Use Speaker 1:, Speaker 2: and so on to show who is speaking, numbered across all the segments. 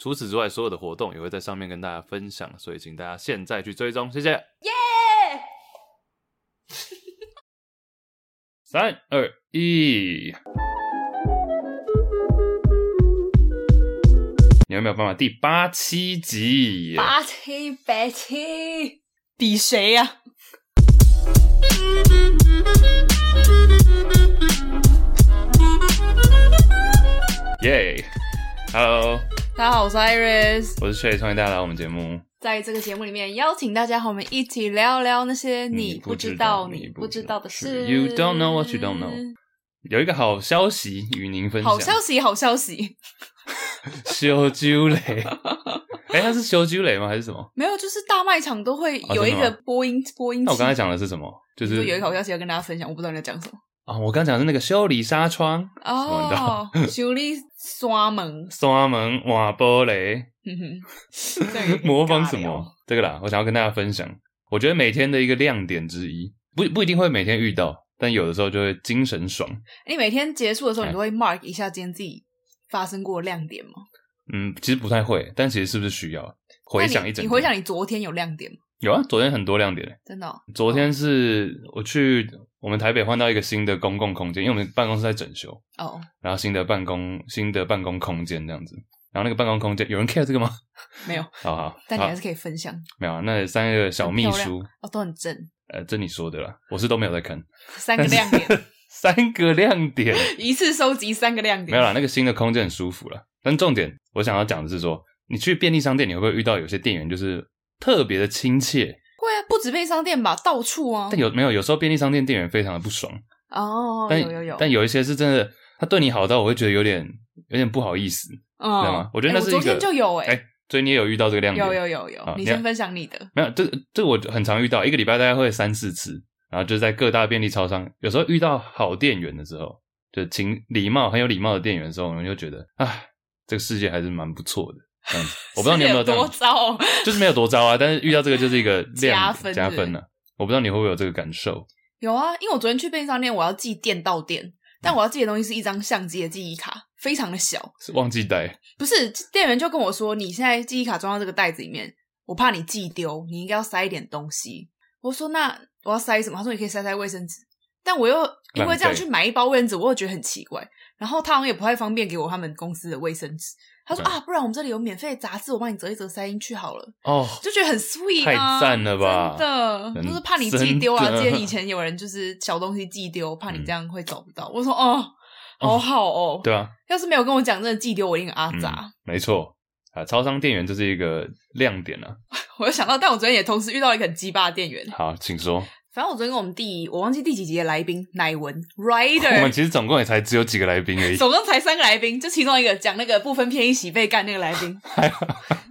Speaker 1: 除此之外，所有的活动也会在上面跟大家分享，所以请大家现在去追踪，谢谢。
Speaker 2: 耶！
Speaker 1: 三二一，你有没有办法？第八七集，
Speaker 2: 八七八七，比谁呀、
Speaker 1: 耶、h e l l o
Speaker 2: 大家好，我是 Iris，
Speaker 1: 我是 Shay，欢迎大家来我们节目。
Speaker 2: 在这个节目里面邀请大家和我们一起聊聊那些你不知道、
Speaker 1: 你
Speaker 2: 你
Speaker 1: 不
Speaker 2: 不
Speaker 1: 知
Speaker 2: 知
Speaker 1: 道
Speaker 2: 道的事。嗯
Speaker 1: You don't know what you don't know 有一个好消息与您分享，
Speaker 2: 好消息，好消息，
Speaker 1: 修鸠雷，哎、它是修鸠雷吗？还是什么？
Speaker 2: 没有，就是大卖场都会
Speaker 1: 哦
Speaker 2: 有一
Speaker 1: 真的
Speaker 2: 个
Speaker 1: 吗
Speaker 2: 播音、播音器。
Speaker 1: 那我刚才讲的是什么？就
Speaker 2: 你
Speaker 1: 是
Speaker 2: 说有一个好消息要跟大家分享，我不知道你在讲什么。
Speaker 1: 啊、我刚讲的是那个修理纱窗、么
Speaker 2: 哦， 修理刷门，
Speaker 1: 刷门、瓦玻雷，
Speaker 2: 嗯 哼，这个
Speaker 1: 模仿
Speaker 2: 尬
Speaker 1: 什
Speaker 2: 聊
Speaker 1: 么？？这个啦，我想要跟大家分享，我觉得每天的一个亮点之一，不不一定会每天遇到，但有的时候就会精神爽。
Speaker 2: 你每天结束的时候，
Speaker 1: 哎
Speaker 2: 你都会 mark 一下今天自己发生过的亮点吗？
Speaker 1: 嗯，其实不太会，但其实是不是需要回想一整
Speaker 2: 那你你
Speaker 1: 天
Speaker 2: 回想你昨天有亮点吗？
Speaker 1: 有啊，昨天很多亮点欸。
Speaker 2: 真的哦、
Speaker 1: 昨天是我去我们台北换到一个新的公共空间，因为我们办公室在整修，
Speaker 2: 哦，
Speaker 1: 然后新的办公新的办公空间这样子。然后那个办公空间有人 care 这个吗？
Speaker 2: 没 有，
Speaker 1: 好好，
Speaker 2: 但你
Speaker 1: 好
Speaker 2: 还是可以分享
Speaker 1: 没有啊，那三个小秘
Speaker 2: 很漂
Speaker 1: 书，
Speaker 2: 哦，都很正，
Speaker 1: 呃，这你说的啦，我是都没有在看。
Speaker 2: 三个亮点，
Speaker 1: 三个亮点，
Speaker 2: 一次收集三个亮点，
Speaker 1: 没有啦，那个新的空间很舒服啦。但重点，我想要讲的是说，你去便利商店，你会不会遇到有些店员就是特别的亲切？
Speaker 2: 会啊，不止便利商店吧，到处啊
Speaker 1: 但，有没有有时候便利商店店员非常的不爽，
Speaker 2: 哦，
Speaker 1: 但
Speaker 2: 有有有，
Speaker 1: 但有一些是真的，他对你好到我会觉得有点有点不好意思，知
Speaker 2: 嗯
Speaker 1: 道吗？我觉得
Speaker 2: 哎
Speaker 1: 那是一
Speaker 2: 昨
Speaker 1: 个、
Speaker 2: 天就有
Speaker 1: 哎、
Speaker 2: 哎，
Speaker 1: 所以你也有遇到这个亮点，
Speaker 2: 有有有有
Speaker 1: 好，哦
Speaker 2: 你
Speaker 1: 你要
Speaker 2: 先分享你的，
Speaker 1: 没有，这这我很常遇到，一个礼拜大概会三四次，然后就是在各大便利超商，有时候遇到好店员的时候，就情礼貌很有礼貌的店员的时候，我们就觉得，哎，这个世界还是蛮不错的。这样子，我不知道你有没有这
Speaker 2: 世界
Speaker 1: 样，
Speaker 2: 多糟哦，
Speaker 1: 就是没有多糟啊，但是遇到这个就是一 个
Speaker 2: 加
Speaker 1: 亮
Speaker 2: 分
Speaker 1: 加
Speaker 2: 是不是
Speaker 1: 分了、我不知道你会不会有这个感受，
Speaker 2: 有啊，因为我昨天去便利商店，我要寄店到店，
Speaker 1: 嗯
Speaker 2: 但我要寄的东西是一张相机的记忆卡，非常的小。
Speaker 1: 是忘记带
Speaker 2: 不是店员就跟我说，你现在记忆卡装到这个袋子里面，我怕你寄丢，你应该要塞一点东西。我说那我要塞什么？他说你可以塞塞卫生纸，但我又因为这
Speaker 1: 浪
Speaker 2: 样
Speaker 1: 费
Speaker 2: 去买一包卫生纸，我又觉得很奇怪。然后他好像也不太方便给我他们公司的卫生纸。他说
Speaker 1: 嗯
Speaker 2: 啊，不然我们这里有免费的杂志，我帮你折一折塞进去好了，
Speaker 1: 哦，
Speaker 2: 就觉得很 sweet 啊，
Speaker 1: 太赞了吧
Speaker 2: 真的，
Speaker 1: 真
Speaker 2: 就是怕你寄丢啊。
Speaker 1: 真的嗯
Speaker 2: 记得以前有人就是小东西寄丢，怕你这样会找不到。我说哦，好
Speaker 1: 哦
Speaker 2: 好哦，
Speaker 1: 对嗯啊，
Speaker 2: 要是没有跟我讲真的寄丢，我一定阿杂。
Speaker 1: 没错啊，超商店员这是一个亮点啊。
Speaker 2: 我又想到，但我昨天也同时遇到一个很鸡巴的店员。
Speaker 1: 好，请说，
Speaker 2: 反正我昨天跟我们第我忘记第几集的来宾乃文
Speaker 1: 我们
Speaker 2: Rider，
Speaker 1: 其实总共也才只有几个来宾而已，
Speaker 2: 总共才三个来宾，就其中一个讲那个不分偏一喜被干那个来 宾。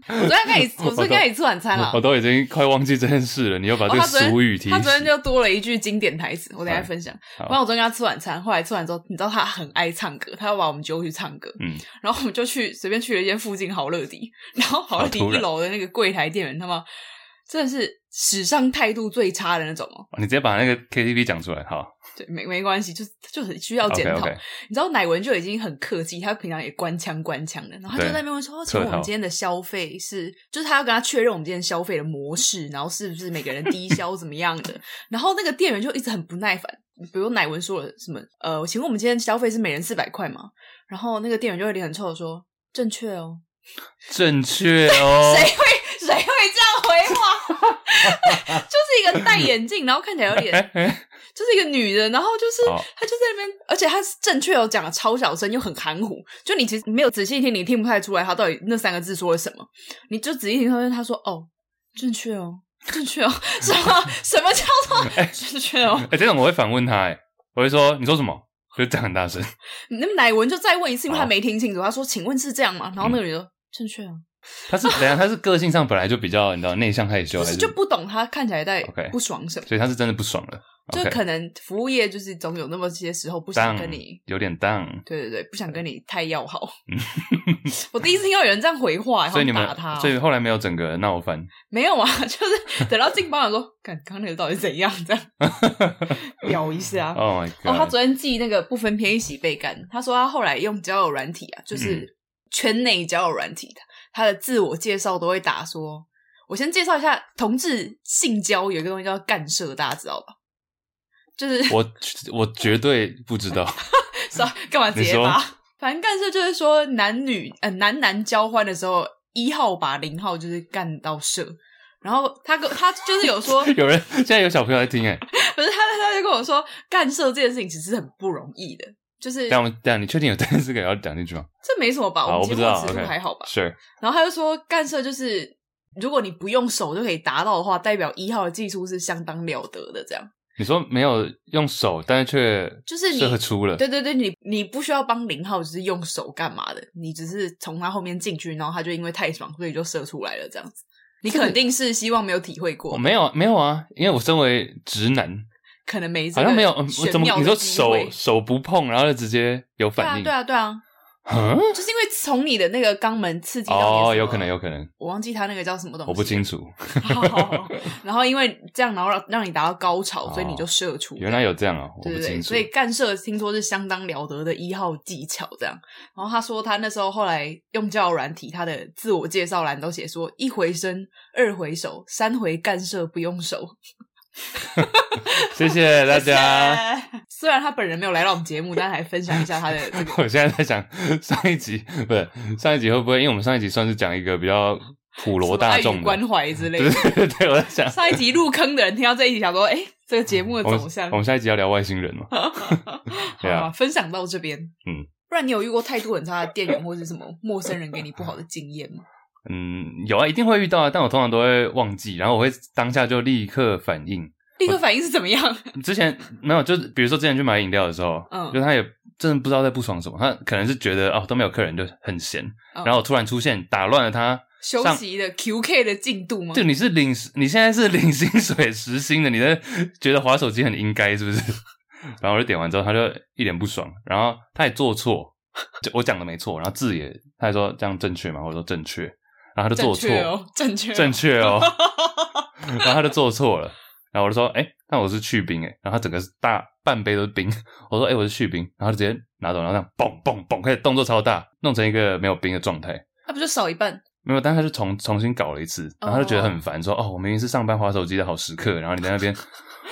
Speaker 2: 我昨天跟你，我昨天跟你吃晚餐了
Speaker 1: 我，都已经快忘记这件事了，你又把这个
Speaker 2: 哦他昨天
Speaker 1: 俗语提起。
Speaker 2: 他昨天就多了一句经典台词，我等一下分享。
Speaker 1: 好
Speaker 2: 然后我昨天跟他吃晚餐，后来吃完之后，你知道他很爱唱歌，他要把我们揪去唱歌，
Speaker 1: 嗯，
Speaker 2: 然后我们就去随便去了一间附近好乐迪，然后好乐迪
Speaker 1: 好突
Speaker 2: 一
Speaker 1: 然
Speaker 2: 楼的那个柜台店员他妈真的是史上态度最差的那种哦。
Speaker 1: 你直接把那个 KTV 讲出来，好
Speaker 2: 对，没没关系，就是就很需要检
Speaker 1: OK
Speaker 2: 讨。
Speaker 1: OK，
Speaker 2: 你知道乃文就已经很客气，他平常也官腔官腔的，然后他就
Speaker 1: 对
Speaker 2: 在那边问说：“请问我
Speaker 1: 客
Speaker 2: 们
Speaker 1: 套
Speaker 2: 今天的消费是，就是他要跟他确认我们今天消费的模式，然后是不是每个人低消怎么样的？”然后那个店员就一直很不耐烦，比如乃文说了什么：“呃，请问我们今天消费是每人四百块吗？”然后那个店员就会脸很臭的说：“正确哦。”
Speaker 1: 正确哦
Speaker 2: 谁。会谁会这样回话？ 就是一个戴眼镜，然后看起来有点
Speaker 1: 哎哎
Speaker 2: 就是一个女人，然后就是、
Speaker 1: 哦
Speaker 2: 她就在那边，而且她是正确有讲的超小声又很含糊，就你其实没有仔细听，你听不太出来她到底那三个字说了什么，你就仔细听她说，她说哦，正确哦。正确哦， 什么什么叫做正确哦？
Speaker 1: 哎，这种我会反问他，哎，我会说你说什么，我就讲很大声，
Speaker 2: 那么乃文就再问一次，因为
Speaker 1: 好嗯
Speaker 2: 他没听清楚。他说：“请问是这样吗？”然后那个女的说：“正确哦。”
Speaker 1: 他 是怎样？他是个性上本来就比较你知道内向害羞，
Speaker 2: 不
Speaker 1: 还是
Speaker 2: 是就不懂他看起来在
Speaker 1: OK
Speaker 2: 不爽什么
Speaker 1: 所以他是真的不爽了。
Speaker 2: 就
Speaker 1: OK，
Speaker 2: 可能服务业就是总有那么些时候不想跟你
Speaker 1: down，有点 down，
Speaker 2: 对对对，不想跟你太要好。 我第一次听到有人这样回话，然
Speaker 1: 嗯
Speaker 2: 后
Speaker 1: 所以你们
Speaker 2: 打他哦、
Speaker 1: 所以后来没有整个闹翻。
Speaker 2: 没有啊， 就是等到进班长说，看刚刚那个到底怎样 这样聊一下。哦，
Speaker 1: oh my
Speaker 2: 他
Speaker 1: god！
Speaker 2: 昨天寄那个不分偏一洗被干，他说他后来用交友软体啊，
Speaker 1: 嗯
Speaker 2: 就是圈内交友软体的，他的自我介绍都会打说，我先介绍一下同志性交有一个东西叫干涉，大家知道吧？就是
Speaker 1: 我我绝对不知道。
Speaker 2: 是啊，干嘛直
Speaker 1: 你
Speaker 2: 接
Speaker 1: 说
Speaker 2: 拔？反正干事就是说男女呃男男交换的时候，一号把零号就是干到射。然后他跟他就是 有说，
Speaker 1: 有人现在有小朋友在听哎，
Speaker 2: 不是他他就跟我说，干涉这件事情其实很不容易的，就是
Speaker 1: 但我们但你确定有单词给要讲进去吗
Speaker 2: 这没什么吧？
Speaker 1: 好
Speaker 2: 我们
Speaker 1: 我不
Speaker 2: 节
Speaker 1: 知
Speaker 2: 目
Speaker 1: 道
Speaker 2: 尺度
Speaker 1: OK
Speaker 2: 还好吧？
Speaker 1: ？Sure，
Speaker 2: 然后他就说，干涉就是如果你不用手就可以达到的话，代表一号的技术是相当了得的，这样
Speaker 1: 你说没有用手，但是却
Speaker 2: 就是你
Speaker 1: 射出了。
Speaker 2: 对对对，你你不需要帮零号，就是用手干嘛的，你只是从他后面进去，然后他就因为太爽，所以就射出来了这样子。你肯定是希望没有体会
Speaker 1: 我
Speaker 2: 过，
Speaker 1: 没有没有啊，因为我身为直男，
Speaker 2: 可能没这
Speaker 1: 好
Speaker 2: 个
Speaker 1: 像没有，嗯我
Speaker 2: 玄
Speaker 1: 怎么
Speaker 2: 妙
Speaker 1: 你
Speaker 2: 的
Speaker 1: 说
Speaker 2: 机会
Speaker 1: 手手不碰，然后就直接有
Speaker 2: 对
Speaker 1: 反
Speaker 2: 啊
Speaker 1: 应？
Speaker 2: 对啊对啊，
Speaker 1: 嗯
Speaker 2: 就是因为从你的那个肛门刺激到你的啊什
Speaker 1: 哦，
Speaker 2: 么
Speaker 1: 有可能，有可能，
Speaker 2: 我忘记他那个叫什么东西，
Speaker 1: 我不清楚，
Speaker 2: 好。 然后因为这样，然后让让你达到高潮，
Speaker 1: 哦
Speaker 2: 所以你就射出。
Speaker 1: 原来有这样哦，我
Speaker 2: 对
Speaker 1: 不
Speaker 2: 对对，
Speaker 1: 清楚
Speaker 2: 所。以干涉听说是相当了得的一号技巧这样。然后他说他那时候后来用交友软体，他的自我介绍栏都写说一回生，二回熟，三回干涉不用手。
Speaker 1: 谢 谢大家。
Speaker 2: 谢谢 虽然他本人没有来到我们节目，但还分享一下他的这个。
Speaker 1: 我现在在想上一集，不是上一集会不会？因为我们上一集算是讲一个比较普罗大
Speaker 2: 什
Speaker 1: 众
Speaker 2: 么爱
Speaker 1: 的，
Speaker 2: 与关怀之 类
Speaker 1: 对
Speaker 2: 的。
Speaker 1: 对对对，我在想，
Speaker 2: 上一集入坑的人听到这一集，想说：“哎、这个节目的
Speaker 1: 我们
Speaker 2: 走向
Speaker 1: 我们下一集要聊外星人嘛？
Speaker 2: 好
Speaker 1: 对哦
Speaker 2: 啊，
Speaker 1: 啊，
Speaker 2: 分享到这边。
Speaker 1: 嗯，
Speaker 2: 不然你有遇过态度很差的店员或是什么陌生人给你不好的经验吗？
Speaker 1: 嗯，有啊，一定会遇到啊，但我通常都会忘记，然后我会当下就立刻反应。
Speaker 2: 立刻反应是怎么样？
Speaker 1: 之前没有，就是比如说之前去买饮料的时候，
Speaker 2: 嗯
Speaker 1: 就他也真的不知道在不爽什么，他可能是觉得哦都没有客人就很闲，
Speaker 2: 嗯
Speaker 1: 然后我突然出现打乱了他。
Speaker 2: 休
Speaker 1: 上
Speaker 2: 息的 QK 的进度吗
Speaker 1: 就？你是领，你现在是领薪水实薪的，你在觉得划手机很应该是不是？ 然后我就点完之后，他就一脸不爽，然后他也做错，就我讲的没错，然后字也他还说这样正确吗？我说正确，然后他就
Speaker 2: 正
Speaker 1: 做错，
Speaker 2: 确哦， 正确哦，
Speaker 1: 正确哦，然后他就做错了，然后我就说，哎、那我是去冰哎、然后他整个是大半杯都是冰， 我说，哎、我是去冰，然后就直接拿走，然后这样嘣嘣嘣，开始动作超大，弄成一个没有冰的状态。
Speaker 2: 那不就少一半？
Speaker 1: 没有，但他就重重新搞了一次，然后他就觉得很烦，说：“哦，我明明是上班划手机的好时刻，然后你在那 边。”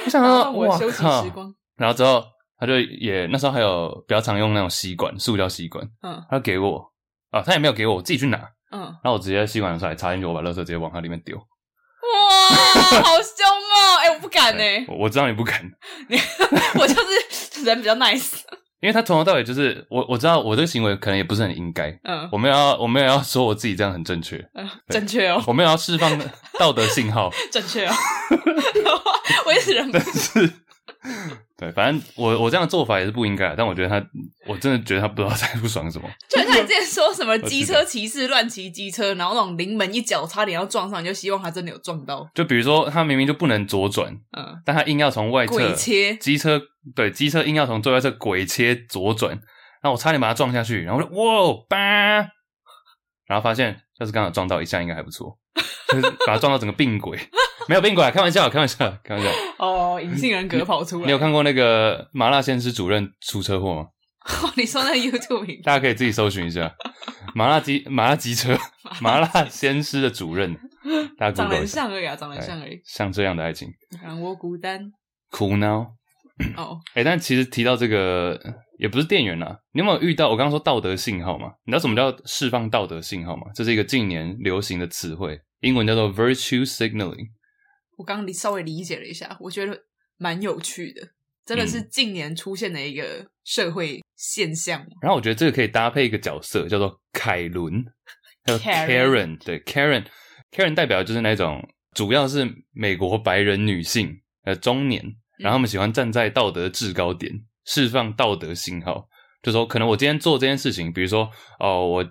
Speaker 1: 我想
Speaker 2: 然
Speaker 1: 说，
Speaker 2: 后我
Speaker 1: 哇
Speaker 2: 休息
Speaker 1: 靠
Speaker 2: 时！光，
Speaker 1: 然后之后他就也那时候还有比较常用那种吸管，塑胶吸管，
Speaker 2: 嗯
Speaker 1: 他给我啊，他也没有给我，我自己去拿，然
Speaker 2: 嗯，
Speaker 1: 后我直接吸管拿出来插进去，我把垃圾直接往他里面丢。
Speaker 2: 哇，好凶哦！哎，我不敢呢，
Speaker 1: 我我知道你不敢，
Speaker 2: 我就是人比较 nice。
Speaker 1: 因为他从头到尾就是我我知道我这个行为可能也不是很应该，
Speaker 2: 嗯
Speaker 1: 我没有要我没有要说我自己这样很正确，
Speaker 2: 嗯，正确 哦，
Speaker 1: 我没有要释放道德信 号。
Speaker 2: 正确哦。我也是人不，
Speaker 1: 是，对，反正我我这样的做法也是不应该的，但我觉得他，我真的觉得他不知道 在不爽什么。
Speaker 2: 就像你之前 说什么
Speaker 1: 记得
Speaker 2: 机车骑士乱骑机车，然后那种临门一脚差点要撞上，你就希望他真的有撞到。
Speaker 1: 就比如说，他明明就不能左转，
Speaker 2: 嗯，
Speaker 1: 但他硬要从外侧
Speaker 2: 鬼切，
Speaker 1: 机车，对，机车硬要从最外侧鬼切左转，然后我差点把他撞下去，然后我就哇吧，然后发现要是刚好撞到一下，应该还不错，就是把他撞到整个病鬼，没有病鬼，开玩笑，开玩笑，开玩笑。
Speaker 2: 哦，隐性人格跑出来。
Speaker 1: 你有看过那个麻辣鲜师主任出车祸吗？
Speaker 2: 哦？你说那个 YouTube 影片
Speaker 1: 大家可以自己搜寻一下麻辣鸡麻辣鸡车麻辣鲜师的主任，大家
Speaker 2: 长得
Speaker 1: Google 一
Speaker 2: 很
Speaker 1: 下，
Speaker 2: 像而已啊，长得很像而已。
Speaker 1: 像这样的爱情
Speaker 2: 让我孤 单
Speaker 1: 苦恼。
Speaker 2: 哦，
Speaker 1: 哎、但其实提到这个呃也不是店员啦，你有没有遇到我刚刚说道德信号嘛？你知道什么叫释放道德信号吗？这是一个近年流行的词汇，英文叫做 virtue signaling。
Speaker 2: 我刚刚理稍微理解了一下，我觉得蛮有趣的，真的是
Speaker 1: 嗯
Speaker 2: 近年出现的一个社会现象。
Speaker 1: 然后我觉得这个可以搭配一个角色，叫做凯伦，还有
Speaker 2: Karen
Speaker 1: Karen，对 Karen，Karen 代表就是那种主要是美国白人女性，呃，中年，然后他们喜欢站在道德制高点，释放道德信号，就说可能我今天做这件事情，比如说哦，我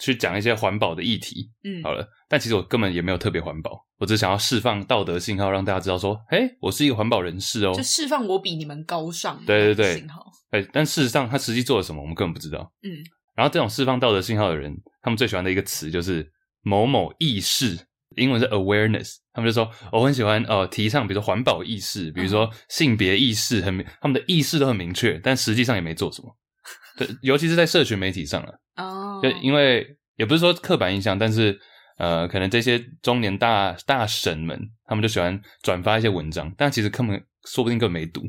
Speaker 1: 去讲一些环保的议题
Speaker 2: 嗯，
Speaker 1: 好了，但其实我根本也没有特别环保，我只想要释放道德信号，让大家知道说，嘿，我是一个环保人士哦。
Speaker 2: 就释放我比你们高尚。
Speaker 1: 对对对
Speaker 2: 信号，
Speaker 1: 哎，但事实上他实际做了什么，我们根本不知道。
Speaker 2: 嗯，
Speaker 1: 然后这种释放道德信号的人，他们最喜欢的一个词就是某某意识，英文是 awareness。他们就说，哦我很喜欢呃提倡，比如说环保意识，比如说
Speaker 2: 嗯
Speaker 1: 性别意识，很明他们的意识都很明确，但实际上也没做什么。对，尤其是在社群媒体上啊，
Speaker 2: 哦，
Speaker 1: 就因为也不是说刻板印象，但是呃，可能这些中年大大神们，他们就喜欢转发一些文章，但其实根本说不定根本没读，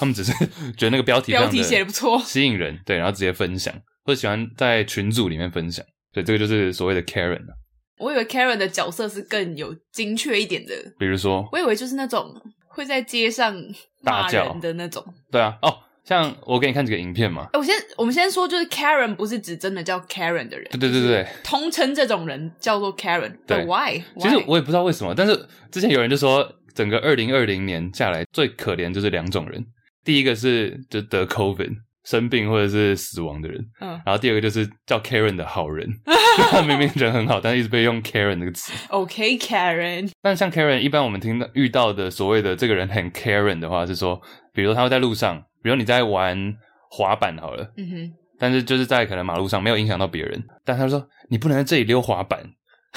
Speaker 1: 他们只是 觉得那个标题非常
Speaker 2: 标题写得不错
Speaker 1: 吸引人，对，然后直接分享，或者喜欢在群组里面分享，所以这个就是所谓的 Karen 啊
Speaker 2: 我以为 Karen 的角色是更有精确一点的，
Speaker 1: 比如说，
Speaker 2: 我以为就是那种会在街上
Speaker 1: 大
Speaker 2: 骂
Speaker 1: 叫
Speaker 2: 人的那种。
Speaker 1: 对啊，哦，像我给你看几个影片嘛，
Speaker 2: 哎，我先我们先说，就是 Karen 不是指真的叫 Karen 的人，
Speaker 1: 对对对对，
Speaker 2: 通称这种人叫做 Karen。
Speaker 1: 对
Speaker 2: But why？
Speaker 1: 其实
Speaker 2: Why？
Speaker 1: 我也不知道为什么，但是之前有人就说，整个二零二零年下来，最可怜就是两种人，第一个是就得 COVID 生病或者是死亡的人，
Speaker 2: 嗯
Speaker 1: 然后第二个就是叫 Karen 的好 人，就他明明人很好，但是一直被用 Karen 这个词。
Speaker 2: ，OK Karen，
Speaker 1: 但像 Karen，一般我们听到遇到的所谓的这个人很 Karen 的话，是说，比如说他会在路上，比如你在玩滑板好了，
Speaker 2: 嗯哼，
Speaker 1: 但是就是在可能马路上没有影响到别人，但他说你不能在这里溜滑板，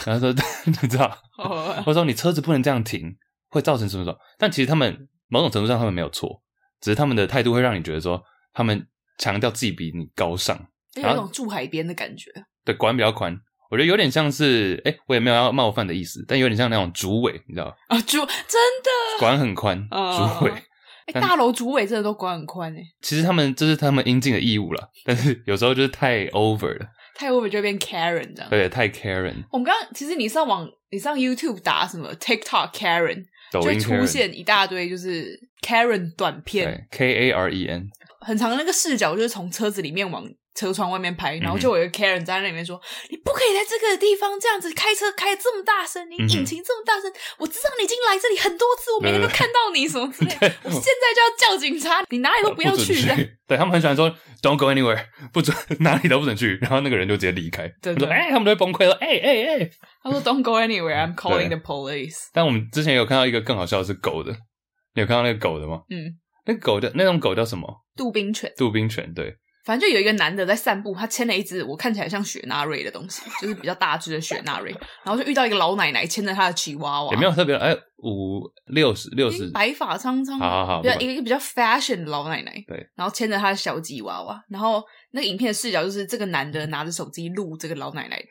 Speaker 1: 然后他说 你知道。
Speaker 2: 哦，
Speaker 1: 或者说你车子不能这样停，会造成什么什么？但其实他们某种程度上他们没有错，只是他们的态度会让你觉得说他们强调自己比你高尚，
Speaker 2: 有一种住海边的感觉。
Speaker 1: 对，管比较宽。我觉得有点像是，哎、我也没有要冒犯的意思，但有点像那种主委，你知道吧，
Speaker 2: 啊，主 真的，
Speaker 1: 管很宽，
Speaker 2: 哦
Speaker 1: 主委。
Speaker 2: 哎、
Speaker 1: 但
Speaker 2: 大楼主委真的都管很宽哎、
Speaker 1: 其实他们这是他们应尽的义务了， 但是有时候就是太 over 了，
Speaker 2: 太会不会就变 Karen 这样？
Speaker 1: 对，太 Karen，
Speaker 2: 我们刚刚其实你上网，你上 YouTube 打什么 TikTok Karen，
Speaker 1: 抖
Speaker 2: 就会
Speaker 1: 音
Speaker 2: 出
Speaker 1: Karen，
Speaker 2: 现一大堆就是 Karen 短片，
Speaker 1: 对，K A R E N，
Speaker 2: 很长那个视角就是从车子里面往车窗外面拍，然后
Speaker 1: 嗯哼
Speaker 2: 就有一个 Karen 在那里面说：“你不可以在这个地方这样子开车开得这么大声，你
Speaker 1: 嗯哼嗯
Speaker 2: 引擎这么大声，我知道你已经来这里很多次，我每天都
Speaker 1: 对对对
Speaker 2: 看到你什么之类 的，我现在就要叫警察，你哪里都不要
Speaker 1: 准
Speaker 2: 去。”这样
Speaker 1: 对他们很喜欢说 “Don't go anywhere”，不 准哪里都不准去， 然后那个人就直接离开。
Speaker 2: 真
Speaker 1: 他说：“
Speaker 2: 的
Speaker 1: 哎、他们都会崩溃了，哎哎哎。
Speaker 2: 他说：“Don't go anywhere, I'm calling
Speaker 1: 对
Speaker 2: the police。”
Speaker 1: 但我们之前有看到一个更好笑的是狗的，你有看到那个狗的吗？
Speaker 2: 嗯，
Speaker 1: 那狗的那种狗叫什么？
Speaker 2: 杜宾犬，
Speaker 1: 杜宾犬，对，
Speaker 2: 反正就有一个男的在散步，他牵了一只我看起来像雪纳瑞的东西，就是比较大只的雪纳 瑞，然后就遇到一个老奶奶牵着她的吉娃娃，
Speaker 1: 也没有特别，哎，五六十六十，
Speaker 2: 白发苍苍，
Speaker 1: 好好好
Speaker 2: 比较
Speaker 1: 不管
Speaker 2: 一个一个比较 fashion 的老奶奶，
Speaker 1: 对，
Speaker 2: 然后牵着她的小吉娃娃，然后那个影片的视角就是这个男的拿着手机录这个老奶奶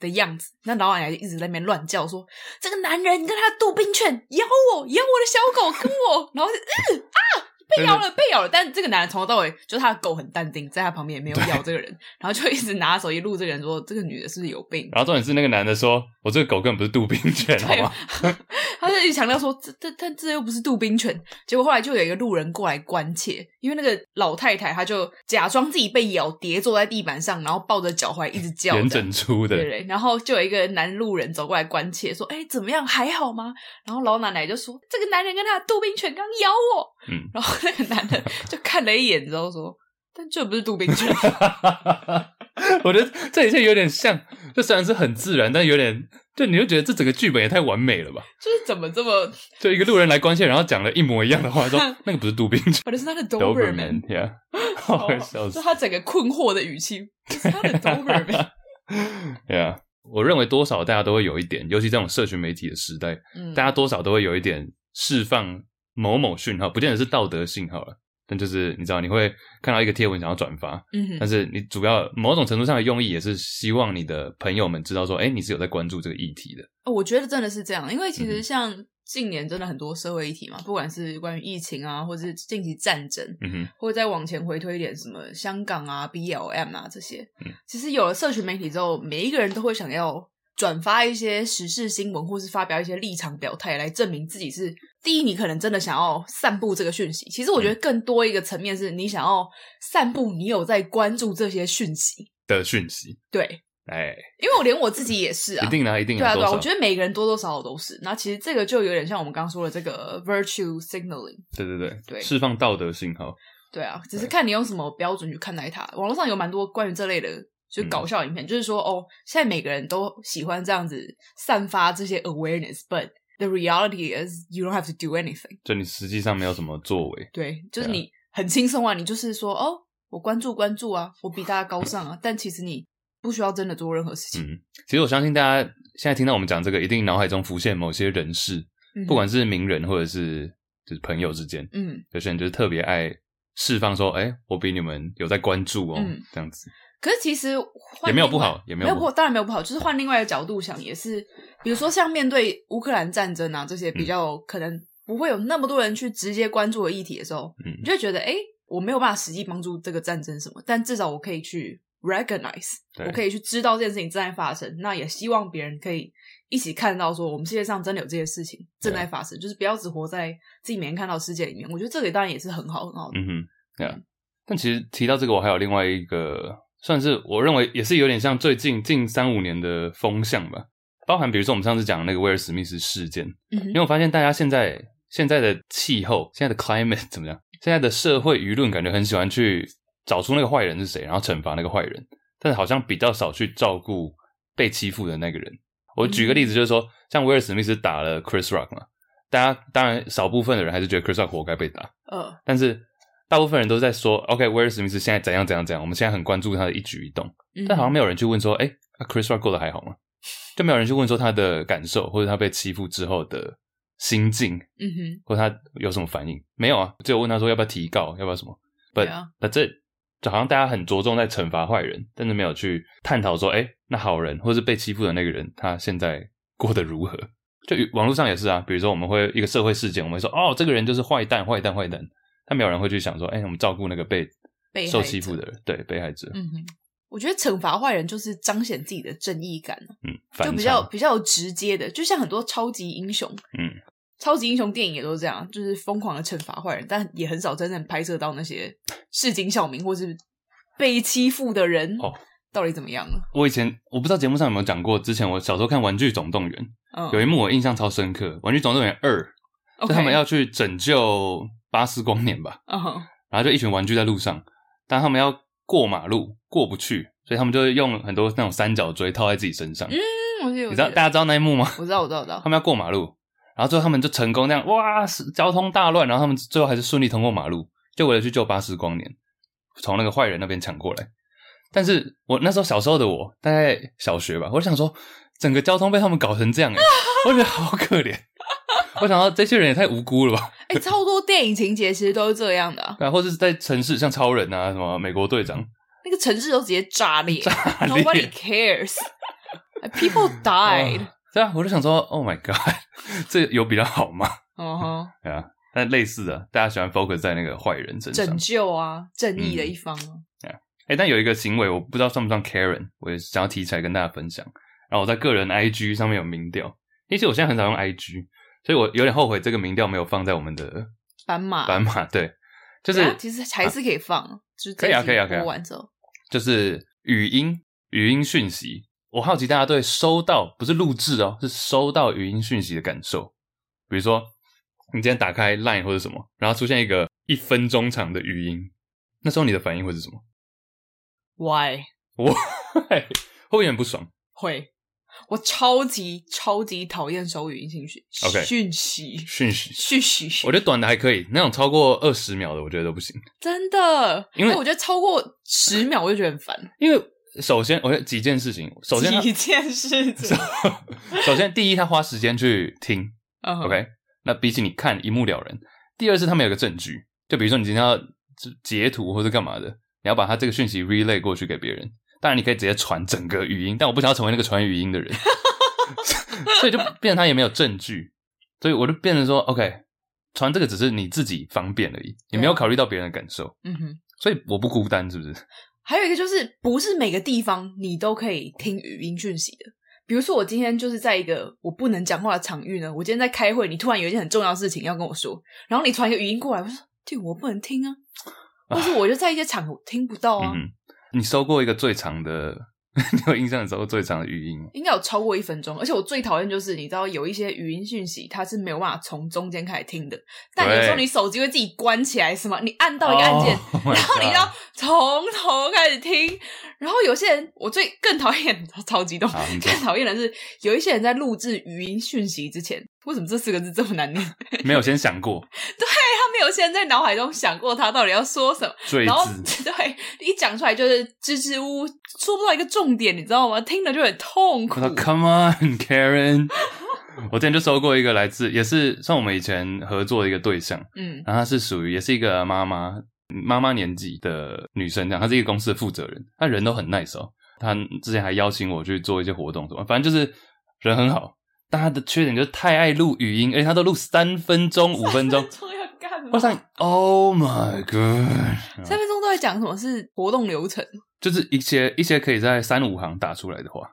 Speaker 2: 的样子，那老奶奶一直在那边乱叫说：“这个男人跟他的杜宾犬咬哦我，咬我的小狗，跟我。”然后就嗯啊。被咬了，被咬了，但这个男的从头到尾，就是他的狗很淡定，在他旁边也没有咬这个人，然后就一直拿手机录这个人说，这个女的是不是有病？
Speaker 1: 然后重点是那个男的说：“我这个狗根本不是杜宾犬，好吗
Speaker 2: 他就一直强调说，这这但这又不是杜宾犬。结果后来就有一个路人过来关切，因为那个老太太她就假装自己被咬，跌坐在地板上，然后抱着脚踝一直？”叫，
Speaker 1: 严
Speaker 2: 这
Speaker 1: 整
Speaker 2: 样
Speaker 1: 出的
Speaker 2: 对，对，然后就有一个男路人走过来关切说：“哎，怎么样？还好吗？”然后老奶奶就说：“这个男人跟他的杜宾犬刚咬我。”
Speaker 1: 嗯
Speaker 2: 然后那个男的就看了一眼之后说：“但这不是杜宾 犬。
Speaker 1: 我觉得这一切有点像，就虽然是很自然，但有点，就你就觉得这整个剧本也太完美了吧？”
Speaker 2: 就是怎么这么，
Speaker 1: 就一个路人来关切，然后讲了一模一样的话， 说那个不是杜宾犬
Speaker 2: 反正是他的 Doberman， 哦
Speaker 1: ，Doberman，yeah，好 笑
Speaker 2: 就
Speaker 1: 死
Speaker 2: 他整个困惑的语气，是他的 Doberman。
Speaker 1: ，yeah。我认为多少大家都会有一点，尤其这种社群媒体的时代，
Speaker 2: 嗯，
Speaker 1: 大家多少都会有一点释放某某讯号，不见得是道德信号了，但就是你知道，你会看到一个贴文想要转发，
Speaker 2: 嗯哼
Speaker 1: 但是你主要某种程度上的用意也是希望你的朋友们知道说，哎、你是有在关注这个议题的，
Speaker 2: 哦我觉得真的是这样，因为其
Speaker 1: 嗯
Speaker 2: 实
Speaker 1: 哼
Speaker 2: 像近年真的很多社会议题嘛，不管是关于疫情啊，或是近期战争，
Speaker 1: 嗯哼。
Speaker 2: 或者再往前回推一点，什么香港啊、BLM 啊这些
Speaker 1: 嗯，
Speaker 2: 其实有了社群媒体之后，每一个人都会想要转发一些时事新闻，或是发表一些立场表态，来证明自己是第一，你可能真的想要散布这个讯息。其实
Speaker 1: 嗯
Speaker 2: 我觉得更多一个层面是你想要散布，你有在关注这些讯息，
Speaker 1: 的讯息，
Speaker 2: 对。
Speaker 1: 哎、
Speaker 2: 因为我连我自己也是啊，
Speaker 1: 一定的，一定的，
Speaker 2: 对啊，对
Speaker 1: 多
Speaker 2: 啊，
Speaker 1: 少
Speaker 2: 我觉得每个人多多少少都是。那其实这个就有点像我们刚刚说的这个 virtue signaling，
Speaker 1: 对对对，
Speaker 2: 对
Speaker 1: 释放道德信号，
Speaker 2: 对啊，只是看你用什么标准去看待它。网络上有蛮多关于这类的就搞
Speaker 1: 嗯
Speaker 2: 笑影片，就是说哦，现在每个人都喜欢这样子散发这些 awareness，but the reality is you don't have to do anything。
Speaker 1: 就你实际上没有什么作为，
Speaker 2: 对，就是
Speaker 1: 对啊
Speaker 2: 你很轻松啊，你就是说哦，我关注关注啊，我比大家高尚啊，但其实你不需要真的做任何事情。
Speaker 1: 嗯，其实我相信大家现在听到我们讲这个，一定脑海中浮现某些人士，
Speaker 2: 嗯
Speaker 1: 不管是名人或者是就是朋友之间，
Speaker 2: 嗯，
Speaker 1: 有些人就是特别爱释放说，哎、我比你们有在关注哦，
Speaker 2: 嗯
Speaker 1: 这样子。
Speaker 2: 可是其实换
Speaker 1: 也没有
Speaker 2: 另
Speaker 1: 不
Speaker 2: 外
Speaker 1: 好也没
Speaker 2: 没
Speaker 1: 有
Speaker 2: 有
Speaker 1: 不
Speaker 2: 不好，当然没有不好，就是换另外一个角度想，也是比如说像面对乌克兰战争啊这
Speaker 1: 嗯
Speaker 2: 些比较可能不会有那么多人去直接关注的议题的时候，
Speaker 1: 嗯
Speaker 2: 你就会觉得哎、诶我没有办法实际帮助这个战争什么，但至少我可以去 recognize，
Speaker 1: 对
Speaker 2: 我可以去知道这件事情正在发生，那也希望别人可以。一起看到说，我们世界上真的有这些事情正在发生，就是不要只活在自己每天看到的世界里面。我觉得这个当然也是很好很好的。
Speaker 1: 嗯哼，对啊。但其实提到这个，我还有另外一个，算是我认为也是有点像最近近三五年的风向吧，包含比如说我们上次讲的那个威尔史密斯事件，
Speaker 2: 嗯哼
Speaker 1: 因为我发现大家现在现在的气候、现在的 climate 怎么样？现在的社会舆论感觉很喜欢去找出那个坏人是谁，然后惩罚那个坏人，但是好像比较少去照顾被欺负的那个人。我举个例子，就是说，像威尔史密斯打了 Chris Rock 嘛，大家当然少部分的人还是觉得 Chris Rock 活该被打，
Speaker 2: 呃，
Speaker 1: 但是大部分人都在说，OK，威尔史密斯现在怎样怎样怎样，我们现在很关注他的一举一动，
Speaker 2: 嗯
Speaker 1: 但好像没有人去问说，哎、啊 c h r i s Rock 过得还好吗？就没有人去问说他的感受，或者他被欺负之后的心境，
Speaker 2: 嗯哼，
Speaker 1: 或他有什么反应？没有啊，只有问他说要不要提告，要不要什么
Speaker 2: 对
Speaker 1: ？But
Speaker 2: 啊
Speaker 1: 那这、就好像大家很着重在惩罚坏人，但是没有去探讨说，哎、那好人或是被欺负的那个人，他现在过得如何？就网络上也是啊，比如说我们会一个社会事件，我们会说哦，这个人就是坏蛋，坏蛋，坏蛋，但没有人会去想说，哎、我们照顾那个被
Speaker 2: 被害
Speaker 1: 受欺
Speaker 2: 者
Speaker 1: 负的人，对被害者，
Speaker 2: 嗯哼，我觉得惩罚坏人就是彰显自己的正义感，啊
Speaker 1: 嗯，
Speaker 2: 就
Speaker 1: 反
Speaker 2: 比较
Speaker 1: 差
Speaker 2: 比较直接的，就像很多超级英雄，
Speaker 1: 嗯，
Speaker 2: 超级英雄电影也都是这样，就是疯狂的惩罚坏人，但也很少真正拍摄到那些市井小民或是被欺负的人
Speaker 1: 哦
Speaker 2: 到底怎么样了。
Speaker 1: 我以前我不知道节目上有没有讲过，之前我小时候看《玩具总动员》，
Speaker 2: 嗯，
Speaker 1: 有一幕我印象超深刻，《玩具总动员二》就
Speaker 2: OK，
Speaker 1: 他们要去拯救巴斯光年吧，
Speaker 2: 嗯哼
Speaker 1: 然后就一群玩具在路上，但他们要过马路过不去，所以他们就会用很多那种三角锥套在自己身上。
Speaker 2: 嗯，我记得
Speaker 1: 你
Speaker 2: 我
Speaker 1: 知
Speaker 2: 记
Speaker 1: 道
Speaker 2: 得
Speaker 1: 大家知道那一幕吗？
Speaker 2: 我知道，我知道，我知道
Speaker 1: 他。们要过马路，然后最后他们就成功那样，哇，是交通大乱，然后他们最后还是顺利通过马路，就为了去救巴斯光年，从那个坏人那边抢过来。但是我那时候小时候的我，大概小学吧，我想说，整个交通被他们搞成这样、欸，我觉得好可怜。我想到这些人也太无辜了吧？
Speaker 2: 哎、超多电影情节其实都是这样的啊、
Speaker 1: 对啊，或者是在城市，像超人啊，什么美国队长，
Speaker 2: 那个城市都直接炸裂
Speaker 1: 炸裂
Speaker 2: n o b o d y cares。People died，
Speaker 1: 哦对啊，我就想说，Oh my god，这 有比较好吗？
Speaker 2: 嗯哼，
Speaker 1: 对啊，但类似的，大家喜欢 focus 在那个坏人身上，
Speaker 2: 拯救啊，正义的
Speaker 1: 嗯
Speaker 2: 一方啊。
Speaker 1: 哎、但有一个行为我不知道算不算 Karen，我也想要提起来跟大家分享。然后我在个人 IG 上面有民调，其实我现在很少用 IG，所以我有点后悔这个民调没有放在我们的
Speaker 2: 斑马，啊
Speaker 1: 斑马。对，就
Speaker 2: 对
Speaker 1: 是
Speaker 2: 啊其实还是可以放，就是
Speaker 1: 可以啊
Speaker 2: 这一集
Speaker 1: 可以啊可以啊
Speaker 2: 播完之后，
Speaker 1: 就是语音语音讯息。我好奇大家对收到不是录制哦，是收到语音讯息的感受。比如说，你今天打开 Line 或者什么，然后出现一个一分钟长的语音，那时候你的反应会是什么？
Speaker 2: why
Speaker 1: 我会不会有点不爽？
Speaker 2: 会？我超级超级讨厌手语音讯息
Speaker 1: OK
Speaker 2: 讯息
Speaker 1: 讯息
Speaker 2: 讯息，
Speaker 1: 我觉得短的还可以，那种超过二十秒的，我觉得都不行。
Speaker 2: 真的，哎
Speaker 1: 因为
Speaker 2: 我觉得超过十秒我就觉得很烦。
Speaker 1: 因为首先，我觉得几件事情，首先它
Speaker 2: 几件事情
Speaker 1: 首先第一，他花时间去听
Speaker 2: 嗯哼
Speaker 1: ，OK，那比起你看一目了然。第二是他们有个证据，就比如说你今天要截图或是干嘛的，你要把他这个讯息 relay 过去给别人。当然，你可以直接传整个语音，但我不想要成为那个传语音的 人，所以就变成他也没有证据，所以我就变成说，OK，传这个只是你自己方便而已，你没有
Speaker 2: 对啊
Speaker 1: 考虑到别人的感受。
Speaker 2: 嗯哼，
Speaker 1: 所以我不孤单，是不是？
Speaker 2: 还有一个就是，不是每个地方你都可以听语音讯息的。比如说，我今天就是在一个我不能讲话的场域呢，我今天在开会，你突然有一件很重要的事情要跟我说，然后你传一个语音过来，我说：“对，我不 能
Speaker 1: 嗯
Speaker 2: 听啊。”或是我就在一些场合我听不到
Speaker 1: 嗯
Speaker 2: 啊。
Speaker 1: 哼，你收过一个最长的 你有印象你找过最长的语音吗？
Speaker 2: 应该有超过一分钟。而且我最讨厌就是，你知道有一些语音讯息，它是没有办法从中间开始听的。但有时候
Speaker 1: 对
Speaker 2: 你手机会自己关起来，是吗？你按到一个按键
Speaker 1: Oh my
Speaker 2: 然后你
Speaker 1: God
Speaker 2: 要从头开始听。然后有些人，我最更讨厌， 超激动
Speaker 1: 好你，说
Speaker 2: 更讨厌的是有一些人在录制语音讯息之前，为什么这四个字这么难念？
Speaker 1: 没有先想过
Speaker 2: 他没有先在脑海中想过他到底要说什么。
Speaker 1: 坠
Speaker 2: 然后
Speaker 1: 字，
Speaker 2: 对一讲出来就是支支吾吾，说不到一个重点，你知道吗？听了就很痛苦
Speaker 1: 我。说 Come on Karen，我之 前就收过一个来自也是算我们以前合作的一个对象，
Speaker 2: 嗯。
Speaker 1: 然后她是属于也是一个妈妈妈妈年纪的女生，这样她是一个公司的负责人，她人都很 nice 哦。她之前还邀请我去做一些活动什么，反正就是人很好。但她的缺点就是太爱录语音，而且她都录三分钟、五分钟
Speaker 2: 钟 要干嘛
Speaker 1: 我想，Oh my God！
Speaker 2: 三分钟都在讲什么是活动流程，
Speaker 1: 就是一些一些可以在三五行打出来的 话，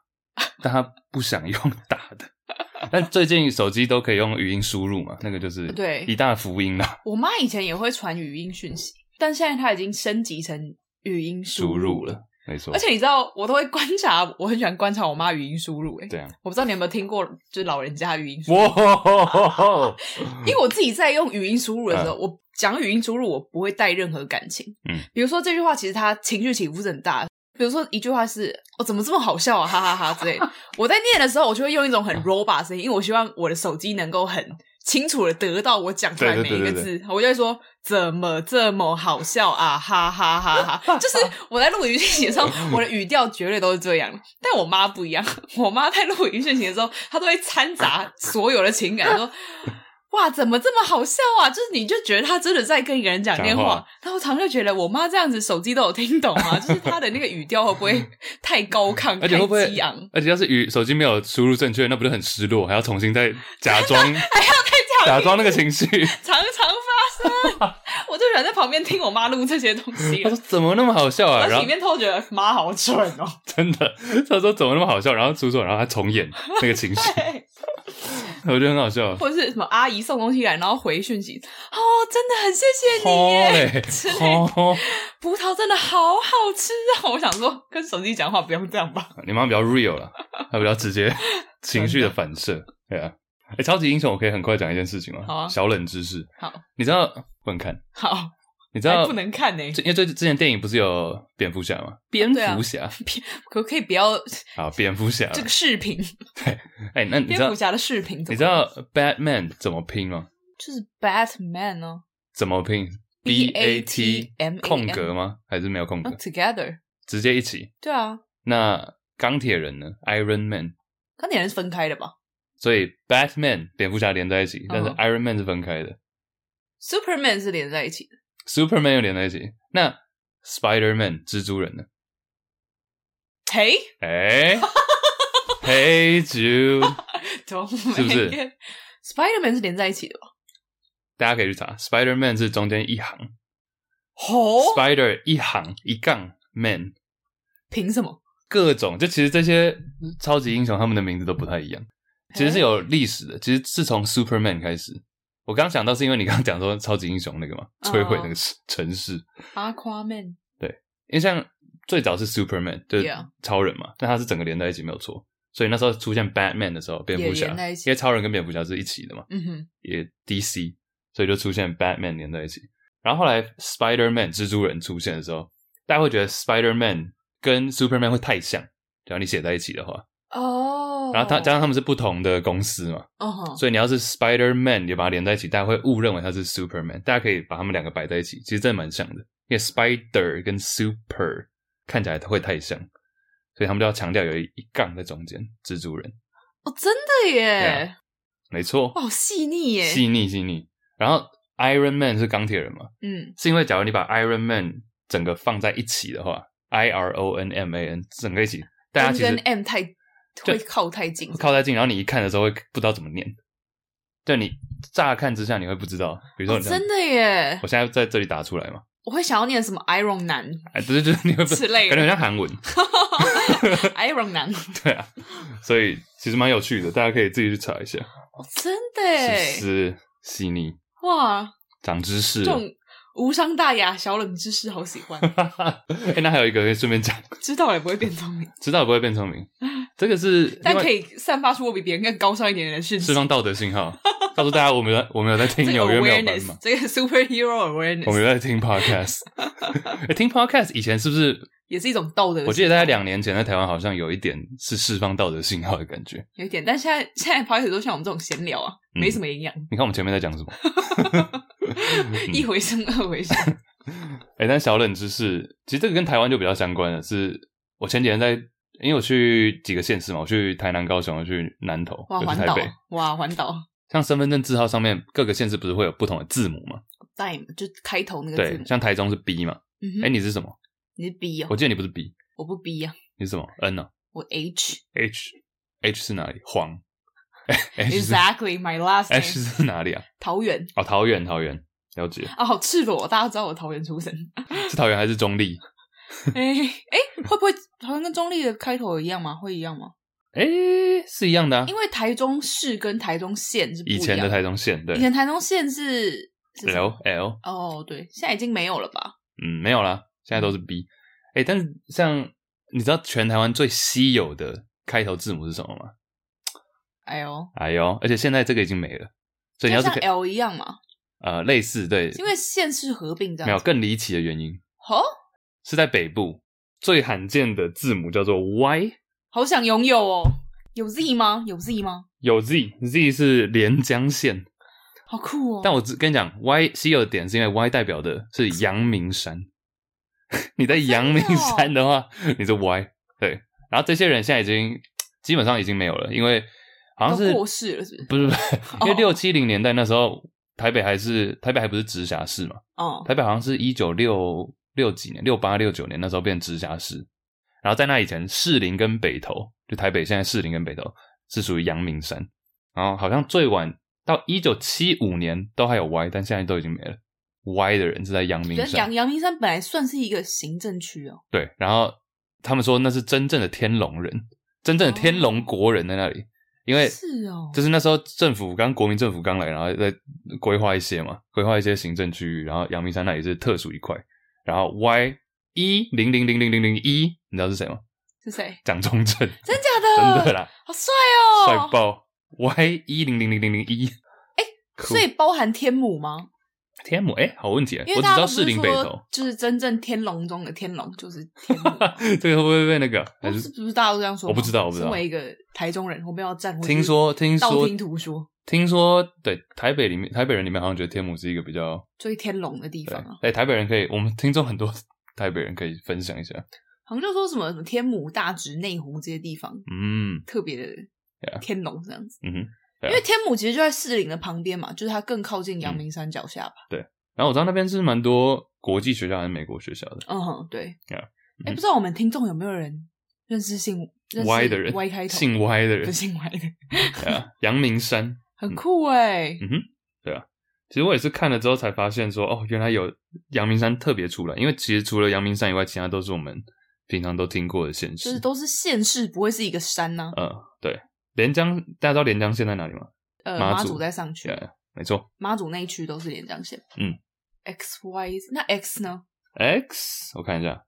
Speaker 1: 但他不想用打的。但最近手机都可以用语音输入嘛，那个就是
Speaker 2: 对
Speaker 1: 一大福音啊啦。
Speaker 2: 我妈以前也会传语音讯息，但现在她已经升级成语音
Speaker 1: 输
Speaker 2: 输
Speaker 1: 入
Speaker 2: 了。
Speaker 1: 了，没错
Speaker 2: 而，且你知道，我都会观察，我很喜欢观察我妈语音输入、欸。
Speaker 1: 这样。
Speaker 2: 我不知道你有没有听过，就是老人家语音输入。
Speaker 1: 哇，
Speaker 2: 因为我自己在用语音输入的时候，我讲语音输入我不会带任何感情。
Speaker 1: 嗯，
Speaker 2: 比如说这句话其实它情绪起伏是很大的。比如说一句话是“哦，怎么这么好笑啊，哈哈哈”之类的。我在念的时候，我就会用一
Speaker 1: 嗯
Speaker 2: 种很 robot 的声音，因为我希望我的手机能够很清楚的得到我讲出来
Speaker 1: 对
Speaker 2: 每
Speaker 1: 对对
Speaker 2: 一个
Speaker 1: 对
Speaker 2: 字。我就会说“怎么这么好笑啊，哈哈哈哈”。就是我在录语音讯息的时 候，我的语调绝对都是这样。但我妈不一样，我妈在录语音讯息的时候，她都会掺杂所有的情感，说。哇，怎么这么好笑啊？就是你就觉得她真的在跟一个人讲电
Speaker 1: 讲
Speaker 2: 话
Speaker 1: 话，
Speaker 2: 然后我常常就觉得我妈这样子手机都有听懂啊，就是她的那个语调会不会太高亢、
Speaker 1: 而且会不
Speaker 2: 太
Speaker 1: 会
Speaker 2: 激昂？？
Speaker 1: 而且要是语手机没有输入正确，那不就很失落？还要重新再假装
Speaker 2: 哎
Speaker 1: 假
Speaker 2: 太常
Speaker 1: 装那个情绪。
Speaker 2: 常常发生， 我就喜欢在旁边听我妈录这些东西
Speaker 1: 他
Speaker 2: 了
Speaker 1: 说。怎么那么好笑啊？
Speaker 2: 我
Speaker 1: 然后
Speaker 2: 里面偷觉得妈好蠢哦，
Speaker 1: 真的，他说怎么那么好笑？然后出错，然后他重演那个情绪，
Speaker 2: 对，
Speaker 1: 我觉得很好笑。啊
Speaker 2: 或者是什么阿姨送东西来，然后回讯息，哦，真的很谢谢你
Speaker 1: 吼
Speaker 2: 耶，
Speaker 1: 嘞
Speaker 2: 之类，的
Speaker 1: 吼！
Speaker 2: 葡萄真的好好吃啊！我想说，跟手机讲话不要这样吧。
Speaker 1: 你妈比较 real 了，她比较直接，情绪的反射。对啊，哎、超级英雄，我可以很快讲一件事情吗？
Speaker 2: 好啊
Speaker 1: 小冷知识。
Speaker 2: 好，
Speaker 1: 你知道不能看，
Speaker 2: 好，
Speaker 1: 你知
Speaker 2: 还
Speaker 1: 道
Speaker 2: 不能看呢、
Speaker 1: 这因为最之前电影不是有蝙蝠侠吗？蝙蝠侠，
Speaker 2: 可可以不要
Speaker 1: 好，蝙蝠侠。
Speaker 2: 啊 这个视频，
Speaker 1: 哎、那你
Speaker 2: 蝙
Speaker 1: 知道
Speaker 2: 蝠侠的视频怎么
Speaker 1: 你知道 Batman 怎么拼吗？
Speaker 2: 就是 Batman 哦，
Speaker 1: 怎么拼
Speaker 2: B A
Speaker 1: A
Speaker 2: T M A N 嗯
Speaker 1: 空格吗？还是没有空格
Speaker 2: 那？Together
Speaker 1: 直接一起。
Speaker 2: 对啊，
Speaker 1: 那钢铁人呢？Iron Man。
Speaker 2: 钢铁人是分开的吧
Speaker 1: 所以 Batman 蝙蝠侠连在一起，但是
Speaker 2: 嗯
Speaker 1: Iron Man 是分开的。
Speaker 2: ？Superman 是连在一起的
Speaker 1: Superman 又连在一起，那 Spider Man 蜘蛛人呢？
Speaker 2: 嘿，
Speaker 1: 哎、嘿 Jude，
Speaker 2: 懂
Speaker 1: 是不是
Speaker 2: ？Spiderman 是连在一起的吧？
Speaker 1: 大家可以去查，Spider Man 是中间一行、
Speaker 2: 哦，
Speaker 1: Spider 一行一杠 Man
Speaker 2: 凭什么？
Speaker 1: 各种，就其实这些超级英雄他们的名字都不太一样，其实是有历史的。其实是从 Superman 开始，我刚想到是因为你刚刚讲说超级英雄那个嘛，摧毁那个城城市，
Speaker 2: Aquaman
Speaker 1: 因为像最早是 Superman 就是
Speaker 2: Yeah
Speaker 1: 超人嘛，但他是整个连在一起没有错，所以那时候出现 Batman 的时候，蝙蝠
Speaker 2: 也
Speaker 1: 侠
Speaker 2: 连在一起
Speaker 1: 因为超人跟蝙蝠侠是一起的嘛，
Speaker 2: 嗯哼，
Speaker 1: 也 DC，所以就出现 Batman 连在一起。然后后来 Spider Man 蜘蛛人出现的时候，大家会觉得 Spider Man 跟 Superman 会太像，只要你写在一起的话，
Speaker 2: 哦，
Speaker 1: 然后他加上他们是不同的公司嘛，
Speaker 2: 嗯哼，
Speaker 1: 所以你要是 Spider Man 也把它连在一起，大家会误认为它是 Superman。大家可以把它们两个摆在一起，其实真的蛮像的，因为 Spider 跟 Super 看起来会太像，所以他们就要强调有一一杠在中间，蜘蛛人，
Speaker 2: 哦，真的
Speaker 1: 对
Speaker 2: 耶，
Speaker 1: 没错
Speaker 2: 哇，，好细腻耶，
Speaker 1: 细腻细腻。然后 Iron Man 是钢铁人嘛，
Speaker 2: 嗯，
Speaker 1: 是因为假如你把 Iron Man 整个放在一起的话，I R O N M A N 整个一起，大家
Speaker 2: 跟
Speaker 1: 其
Speaker 2: 跟
Speaker 1: 实
Speaker 2: M 太会靠太近，
Speaker 1: 靠太近，然后你一看的时候会不知道怎么念，对你乍看之下你会不知道，比如说
Speaker 2: 哦
Speaker 1: 你这样
Speaker 2: 真的耶，
Speaker 1: 我现在在这里打出来嘛，
Speaker 2: 我会想要念什么 Iron 男
Speaker 1: 哎，不是，就是你会不
Speaker 2: 之类的
Speaker 1: 感觉很像韩文，
Speaker 2: ，Iron 男，
Speaker 1: 对啊，所以其实蛮有趣的，大家可以自己去查一下，
Speaker 2: 哦真的
Speaker 1: 是不
Speaker 2: 耶，
Speaker 1: 是细腻
Speaker 2: 哇，
Speaker 1: 长知识
Speaker 2: 这
Speaker 1: 了？
Speaker 2: 种无伤大雅，小冷知识，好喜欢。
Speaker 1: 哎、那还有一个可以顺便讲，
Speaker 2: 知道了也不会变聪明，
Speaker 1: 知道也不会变聪明，这个是另
Speaker 2: 但
Speaker 1: 外
Speaker 2: 可以散发出我比别人更高尚一点点的讯息
Speaker 1: 释。放道德信号，告诉大家我们有在我们有在听
Speaker 2: 这个
Speaker 1: 纽约没有斑马
Speaker 2: awareness，，这个 superhero
Speaker 1: 我们
Speaker 2: awareness
Speaker 1: 有在听 podcast。哎听 podcast 以前是不是？
Speaker 2: 也是一种道德的，
Speaker 1: 我记得大概两年前在台湾好像有一点是释放道德信号的感觉。
Speaker 2: 有一点，但现在现在 p o d 都像我们这种闲聊啊，
Speaker 1: 嗯嗯
Speaker 2: 没什么营养，
Speaker 1: 你看我们前面在讲什么？
Speaker 2: 一回生二回熟。
Speaker 1: 哎、但小冷知识，其实这个跟台湾就比较相关了。是我前几天在，因为我去几个县市嘛，我去台南、高雄，我去南投，
Speaker 2: 哇，
Speaker 1: 我去
Speaker 2: 环
Speaker 1: 台
Speaker 2: 岛
Speaker 1: 北。，
Speaker 2: 哇，环岛
Speaker 1: 像身份证字号上面各个县市不是会有不同的字母嘛？
Speaker 2: dime 就开头那个字
Speaker 1: 对
Speaker 2: 母，，
Speaker 1: 像台中是 B 嘛？
Speaker 2: 嗯
Speaker 1: 哎、
Speaker 2: 哼，
Speaker 1: 你是什么？
Speaker 2: 你是 B 哦
Speaker 1: 我，记得你不是 B，
Speaker 2: 我不 B 啊，
Speaker 1: 你是什么？N 哦
Speaker 2: 我 H。
Speaker 1: h H 是哪里？ 黄。H 是
Speaker 2: Exactly my last
Speaker 1: H
Speaker 2: name，
Speaker 1: 是哪里啊？
Speaker 2: 桃园
Speaker 1: 哦，桃园，桃园，了解，
Speaker 2: 啊，好赤裸哦，大家都知道我桃园 出生。
Speaker 1: 是桃园还是中立？
Speaker 2: 哎哎，会不会好像跟中立的开头一样吗？会一样吗？
Speaker 1: 哎、是一样的啊
Speaker 2: 因。为台中市跟台中县是不一
Speaker 1: 以
Speaker 2: 样
Speaker 1: 前的台中县，对
Speaker 2: 以前台中县是是什么
Speaker 1: ，L L，
Speaker 2: 哦，对，现在已经没有了吧？
Speaker 1: 嗯，没有啦，现在都是
Speaker 2: 嗯
Speaker 1: B。哎、但是像你知道全台湾最稀有的开头字母是什么吗？
Speaker 2: 哎呦，
Speaker 1: 哎呦，而且现在这个已经没了，所以你要
Speaker 2: 就是像
Speaker 1: 可以
Speaker 2: L 一样嘛，
Speaker 1: 呃类似对，
Speaker 2: 因为县市合并这
Speaker 1: 没有
Speaker 2: 样子。哦
Speaker 1: 更离奇的原因
Speaker 2: 好，
Speaker 1: 是在北部最罕见的字母叫做 Y，
Speaker 2: 好想拥有哦。有 Z 吗？有 Z 吗？
Speaker 1: 有 Z Z 是连江县，
Speaker 2: 好酷哦！
Speaker 1: 但我只跟你讲，Y 稀有的点是因为 Y 代表的是阳明山。 你在阳明山的
Speaker 2: 哦
Speaker 1: 话，你是 Y 对。然后这些人现在已经基本上已经没有了，因为好像是
Speaker 2: 都过世了是不是
Speaker 1: 不是不是，因为
Speaker 2: 哦
Speaker 1: 六七零年代那时候台北还是台北还不是直辖市嘛，
Speaker 2: 哦，
Speaker 1: 台北好像是一九六六几年六八六九年那时候变直辖市，然后在那以前士林跟北投，就台北现在士林跟北投是属于阳明山，然后好像最晚到一九七五年都还有 Y，但现在都已经没了。Y 的人是在阳明
Speaker 2: 觉得
Speaker 1: 山
Speaker 2: 阳，阳明山本来算是一个行政区哦。
Speaker 1: 对，然后他们说那是真正的天龙人，真正的天龙国人在那里，因为
Speaker 2: 哦是哦，
Speaker 1: 就是那时候政府刚国民政府刚来，然后再规划一些嘛，规划一些行政区域，然后阳明山那里是特殊一块，然后 Y 一零零零零零零一，你知道是谁吗？
Speaker 2: 是谁？
Speaker 1: 蒋中正，
Speaker 2: 真假的？
Speaker 1: 真的啦，
Speaker 2: 好帅
Speaker 1: 帅
Speaker 2: 哦！
Speaker 1: 爆！Y 一零零零零零一，酷
Speaker 2: 哎所以包含天母吗？
Speaker 1: 天母，哎、好问题，我
Speaker 2: 因
Speaker 1: 只
Speaker 2: 为
Speaker 1: 知
Speaker 2: 大家
Speaker 1: 道
Speaker 2: 都不
Speaker 1: 士
Speaker 2: 是
Speaker 1: 林北投
Speaker 2: 说，，就是真正天龙中的天龙就是 天母。
Speaker 1: 这个会不会被那个？还
Speaker 2: 不
Speaker 1: 是
Speaker 2: 是不是大家都这样说吗？
Speaker 1: 我不知道我不知道
Speaker 2: 身为一个台中人，我们要站。
Speaker 1: 听说听
Speaker 2: 道
Speaker 1: 说
Speaker 2: 听途说，
Speaker 1: 听说，对台北里面台北人里面好像觉得天母是一个比较
Speaker 2: 最天龙的地
Speaker 1: 对
Speaker 2: 方啊，，
Speaker 1: 哎、台北人可以，我们听众很多 台北人可以分享一下，
Speaker 2: 好像就说什么什么天母、大直、内湖这些地方
Speaker 1: 嗯
Speaker 2: 特别的
Speaker 1: Yeah
Speaker 2: 天龙这样子。
Speaker 1: 嗯哼。
Speaker 2: 因
Speaker 1: Yeah 嗯
Speaker 2: 为天母其实就在士林的旁边嘛，就是它更靠近阳明山脚下吧。
Speaker 1: 然后我知道那边是蛮多国际学校还是美国学校的，
Speaker 2: 嗯哼，对。
Speaker 1: Yeah
Speaker 2: 哎，
Speaker 1: 嗯
Speaker 2: 不知道我们听众有没有人认识姓认识
Speaker 1: Y 的人
Speaker 2: ，Y 开头，
Speaker 1: 姓 Y 的人
Speaker 2: 不，姓 Y 的，
Speaker 1: 对啊，阳明山。
Speaker 2: 很酷哎。
Speaker 1: 其实我也是看了之后才发现说，哦，原来有阳明山特别出来，因为其实除了阳明山以外，其他都是我们平常都听过的县
Speaker 2: 就是
Speaker 1: 市。
Speaker 2: 都是县市，不会是一个山呐、
Speaker 1: 嗯，对，连江，大家知道连江县在哪里吗？
Speaker 2: 呃，
Speaker 1: 马
Speaker 2: 马
Speaker 1: 祖
Speaker 2: 祖再上去，
Speaker 1: 对，没错
Speaker 2: 马祖那一区都是连江县。
Speaker 1: 嗯
Speaker 2: ，X Y 那 X 呢？
Speaker 1: ，X，我看一下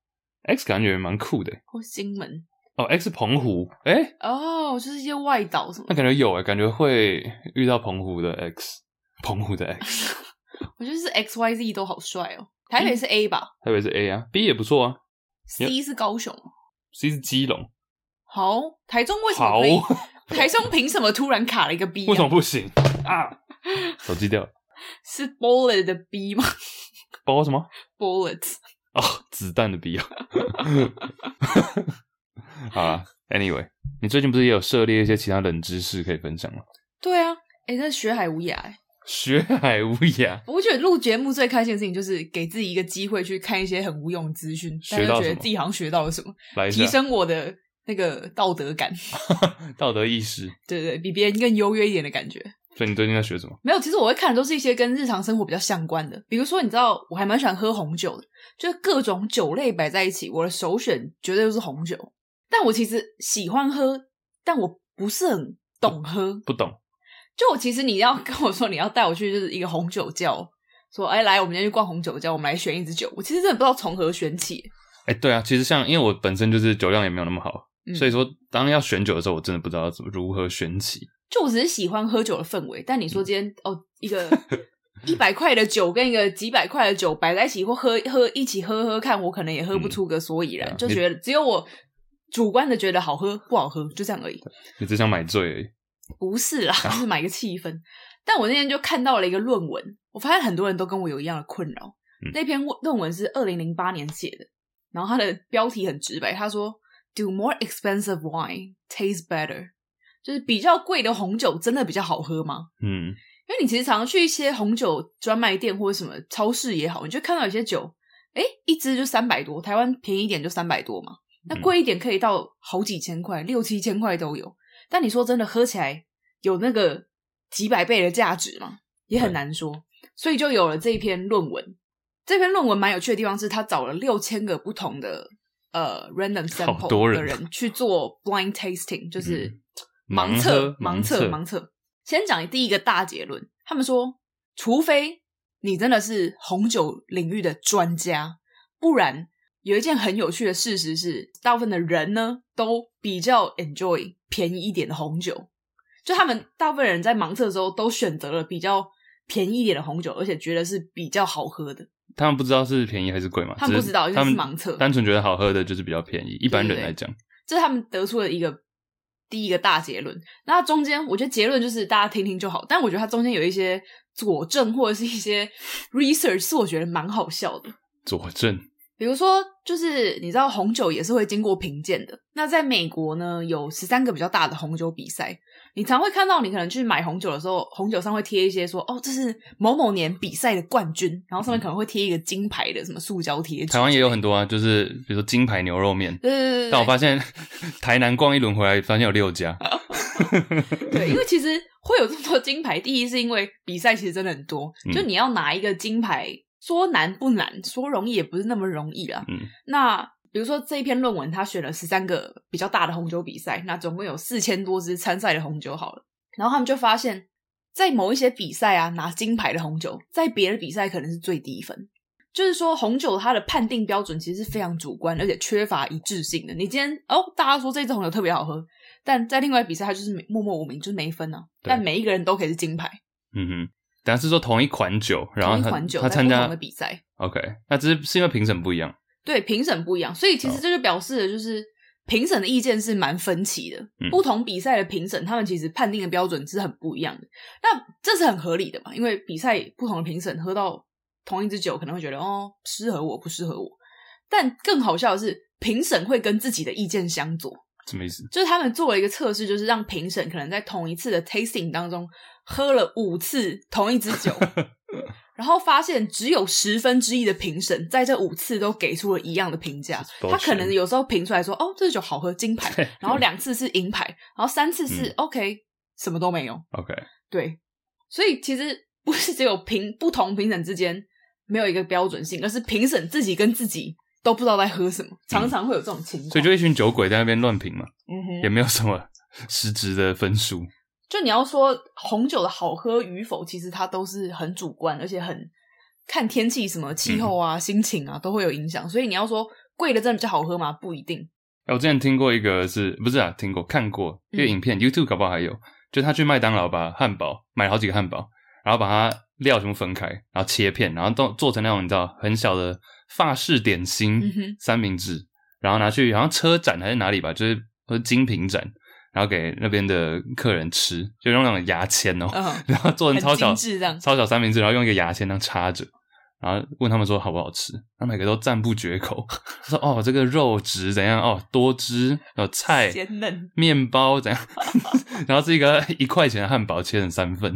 Speaker 1: ，X 感觉蛮酷的。
Speaker 2: 或金门
Speaker 1: 哦，X 澎湖，哎，
Speaker 2: 哦，就是一些外岛什么
Speaker 1: 那
Speaker 2: 的。
Speaker 1: 感觉有哎，感觉会遇到澎湖的 X，澎湖的 X，
Speaker 2: 我觉得是 X Y Z 都好帅
Speaker 1: 嗯
Speaker 2: 哦。台北是 A 吧、
Speaker 1: 特别是 A 啊，B 也不错啊
Speaker 2: c 是高雄。哦
Speaker 1: ，C 是基隆，
Speaker 2: 好，台中为什么
Speaker 1: 好
Speaker 2: 可。以？ 台中凭什么突然卡了一个 B？、啊、
Speaker 1: 为什么不 行啊？手机掉了，
Speaker 2: 是 bullet 的 B 吗
Speaker 1: 包什么？
Speaker 2: ？bullet
Speaker 1: 哦，子弹的笔啊。 好啦 a n y w a y 你最近不是也有涉猎一些其他冷知识可以分享吗？
Speaker 2: 对啊，哎、那学海无涯、欸。
Speaker 1: 学海无涯，
Speaker 2: 我觉得录节目最开心的事情就是给自己一个机会去看一些很无用的资讯，但
Speaker 1: 学
Speaker 2: 是
Speaker 1: 到
Speaker 2: 觉
Speaker 1: 什
Speaker 2: 得
Speaker 1: 么
Speaker 2: 自己好像学到了什么。
Speaker 1: 来一
Speaker 2: 提
Speaker 1: 下
Speaker 2: 升我的那个道德感，
Speaker 1: 道德意识。
Speaker 2: 对对，对比别人更优越一点的感觉。
Speaker 1: 所以你最近在学什么？
Speaker 2: 没有，其实我会看的都是一些跟日常生活比较相关的，比如说你知道我还蛮喜欢喝红酒的，就是各种酒类摆在一起，我的首选绝对就是红酒。但我其实喜欢喝，但我不是很懂喝。
Speaker 1: 不懂
Speaker 2: 就我其实你要跟我说你要带我去就是一个红酒窖，说，哎，来，我们今天去逛红酒家，我们来选一支酒。我其实真的不知道从何选起。
Speaker 1: 哎、对啊，其实像因为我本身就是酒量也没有那么好，
Speaker 2: 嗯
Speaker 1: 所以说当要选酒的时候，我真的不知道怎么如何选起。
Speaker 2: 就我只是喜欢喝酒的氛围，但你
Speaker 1: 嗯
Speaker 2: 说今天、哦，一个一百块的酒跟一个几百块的酒摆在一起，或喝喝一起喝喝看，我可能也喝不出个所以然，
Speaker 1: 对啊
Speaker 2: 就觉得只有我主观的觉得好喝不好喝，就这样而已。
Speaker 1: 你只想买醉而已。
Speaker 2: 不是啦，
Speaker 1: 啊
Speaker 2: 就是买个气氛。但我那天就看到了一个论文，我发现很多人都跟我有一样的困扰。
Speaker 1: 嗯
Speaker 2: 那篇论论文是二零零八年写的，然后它的标题很直白，他说：“Do more expensive wine taste better？” 就是比较贵的红酒真的比较好喝吗？
Speaker 1: 嗯，
Speaker 2: 因为你其实常常去一些红酒专卖店或者什么超市也好，你就看到有些酒，哎，一支就三百多，台湾便宜一点就三百多嘛，那
Speaker 1: 嗯
Speaker 2: 贵一点可以到好几千块，六七千块都有。但你说真的，喝起来有那个几百倍的价值吗？也很
Speaker 1: 对
Speaker 2: 难说。所以就有了这一篇论文。这篇论文蛮有趣的地方是，他找了六千个不同的呃 random
Speaker 1: 好
Speaker 2: sample
Speaker 1: 多人啊
Speaker 2: 的人去做 blind tasting，就是
Speaker 1: 嗯
Speaker 2: 盲
Speaker 1: 盲
Speaker 2: 测、
Speaker 1: 喝
Speaker 2: 盲
Speaker 1: 盲
Speaker 2: 测、
Speaker 1: 测
Speaker 2: 盲测。先讲第一个大结论，他们说，除非你真的是红酒领域的专家，不然有一件很有趣的事实是，大部分的人呢都比较 enjoy 便宜一点的红酒，就他们大部分人在盲测的时候都选择了比较便宜一点的红酒，而且觉得是比较好喝的。
Speaker 1: 他们不知道是便宜还是贵嘛？
Speaker 2: 他们不
Speaker 1: 只是
Speaker 2: 知道因为
Speaker 1: 他
Speaker 2: 是
Speaker 1: 们
Speaker 2: 盲测
Speaker 1: 单纯觉得好喝的就是比较便宜。一般人来讲，
Speaker 2: 这是他们得出了一个第一个大结论。那它中间，我觉得结论就是大家听听就好，但我觉得它中间有一些佐证或者是 一些 research 是我觉得蛮好笑的。
Speaker 1: 佐证
Speaker 2: 比如说，就是你知道红酒也是会经过评鉴的。那在美国呢，有十三个比较大的红酒比赛，你常会看到你可能去买红酒的时候，红酒上会贴一些说哦，这是某某年比赛的冠军，然后上面可能会贴一个金牌的什么塑胶贴纸。
Speaker 1: 嗯台湾也有很多啊，就是比如说金牌牛肉面，
Speaker 2: 对，对对对对，
Speaker 1: 但我发现 台南逛一轮回来，发现有六家。
Speaker 2: 对，因为其实会有这么多金牌，第一是因为比赛其实真的很多，
Speaker 1: 嗯
Speaker 2: 就你要拿一个金牌，说难不难，说容易也不是那么容易啦。
Speaker 1: 嗯，
Speaker 2: 那比如说这一篇论文，他选了十三个比较大的红酒比赛，那总共有四千多支参赛的红酒好了，然后他们就发现，在某一些比赛啊拿金牌的红酒，在别的比赛可能是最低分。就是说，红酒它的判定标准其实是非常主观，而且缺乏一致性的。你今天哦，大家说这支红酒特别好喝，但在另外比赛它就是没默默无名，就是没分啊。
Speaker 1: 对
Speaker 2: 但每一个人都可以是金牌，
Speaker 1: 嗯哼，等下是说同一款酒，然后
Speaker 2: 同一
Speaker 1: 他
Speaker 2: 款酒
Speaker 1: 他
Speaker 2: 在
Speaker 1: 参
Speaker 2: 不
Speaker 1: 加
Speaker 2: 同的比赛，
Speaker 1: OK，那只是是因为评审不一样。
Speaker 2: 对评审不一样，所以其实这就表示了，就是评审的意见是蛮分歧的。
Speaker 1: 嗯
Speaker 2: 不同比赛的评审，他们其实判定的标准是很不一样的。那这是很合理的嘛？因为比赛不同的评审喝到同一支酒，可能会觉得哦，适合我不适合我。但更好笑的是，评审会跟自己的意见相左。
Speaker 1: 什么意思？
Speaker 2: 就是他们做了一个测试，就是让评审可能在同一次的 tasting 当中喝了五次同一支 酒，然后发现只有十分之一的评审在这五次都给出了一样的 评价。
Speaker 1: Bullshit
Speaker 2: 他可能有时候评出来说：“哦，这酒好喝，金牌。
Speaker 1: 对”
Speaker 2: 然后两次是银牌，然后三次是、
Speaker 1: 嗯
Speaker 2: OK，什么都没有。
Speaker 1: OK，
Speaker 2: 对，所以其实不是只有评不同评审之间没有一个标准性，而是评审自己跟自己都不知道在喝什么，常常会有这种情况。
Speaker 1: 嗯所以就一群酒鬼在那边乱评嘛，
Speaker 2: 嗯哼
Speaker 1: 也没有什么实质的分数。
Speaker 2: 就你要说红酒的好喝与否，其实它都是很主观，而且很看天气、什么
Speaker 1: 嗯
Speaker 2: 气候啊、心情啊都会有影响。所以你要说贵的真的比较好喝吗？不一定。
Speaker 1: 哎我之前听过一个是不是啊？听过看过一个
Speaker 2: 嗯
Speaker 1: 影片、y o u t u b e 搞不好还有，就他去麦当劳把汉堡买了好几个汉堡，然后把它料全部分开，然后切片，然后都做成那种你知道很小的法式点心、
Speaker 2: 嗯哼
Speaker 1: 三明治，然后拿去好像车展还是哪里吧，就是或者精品展，然后给那边的客人吃，就用那种牙签哦，
Speaker 2: 嗯，
Speaker 1: 然后做成超小
Speaker 2: 很精致这样
Speaker 1: 超小三明治，然后用一个牙签这样插着，然后问他们说好不好吃，他们每个都赞不绝口， 说哦这个肉质怎样，哦多汁，有菜、
Speaker 2: 鲜嫩。
Speaker 1: 面包怎样， 然后是一个一块钱的汉堡切成三份，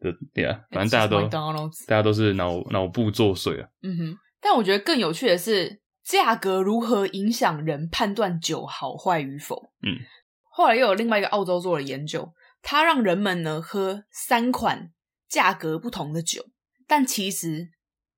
Speaker 1: 对对啊，反正大家都
Speaker 2: It's McDonald's
Speaker 1: 大家都是脑脑部作祟啊，
Speaker 2: 嗯哼，但我觉得更有趣的是，价格如何影响人判断酒好坏与否。
Speaker 1: 嗯，
Speaker 2: 后来又有另外一个澳洲做了研究，它让人们呢喝三款价格不同的酒，但其实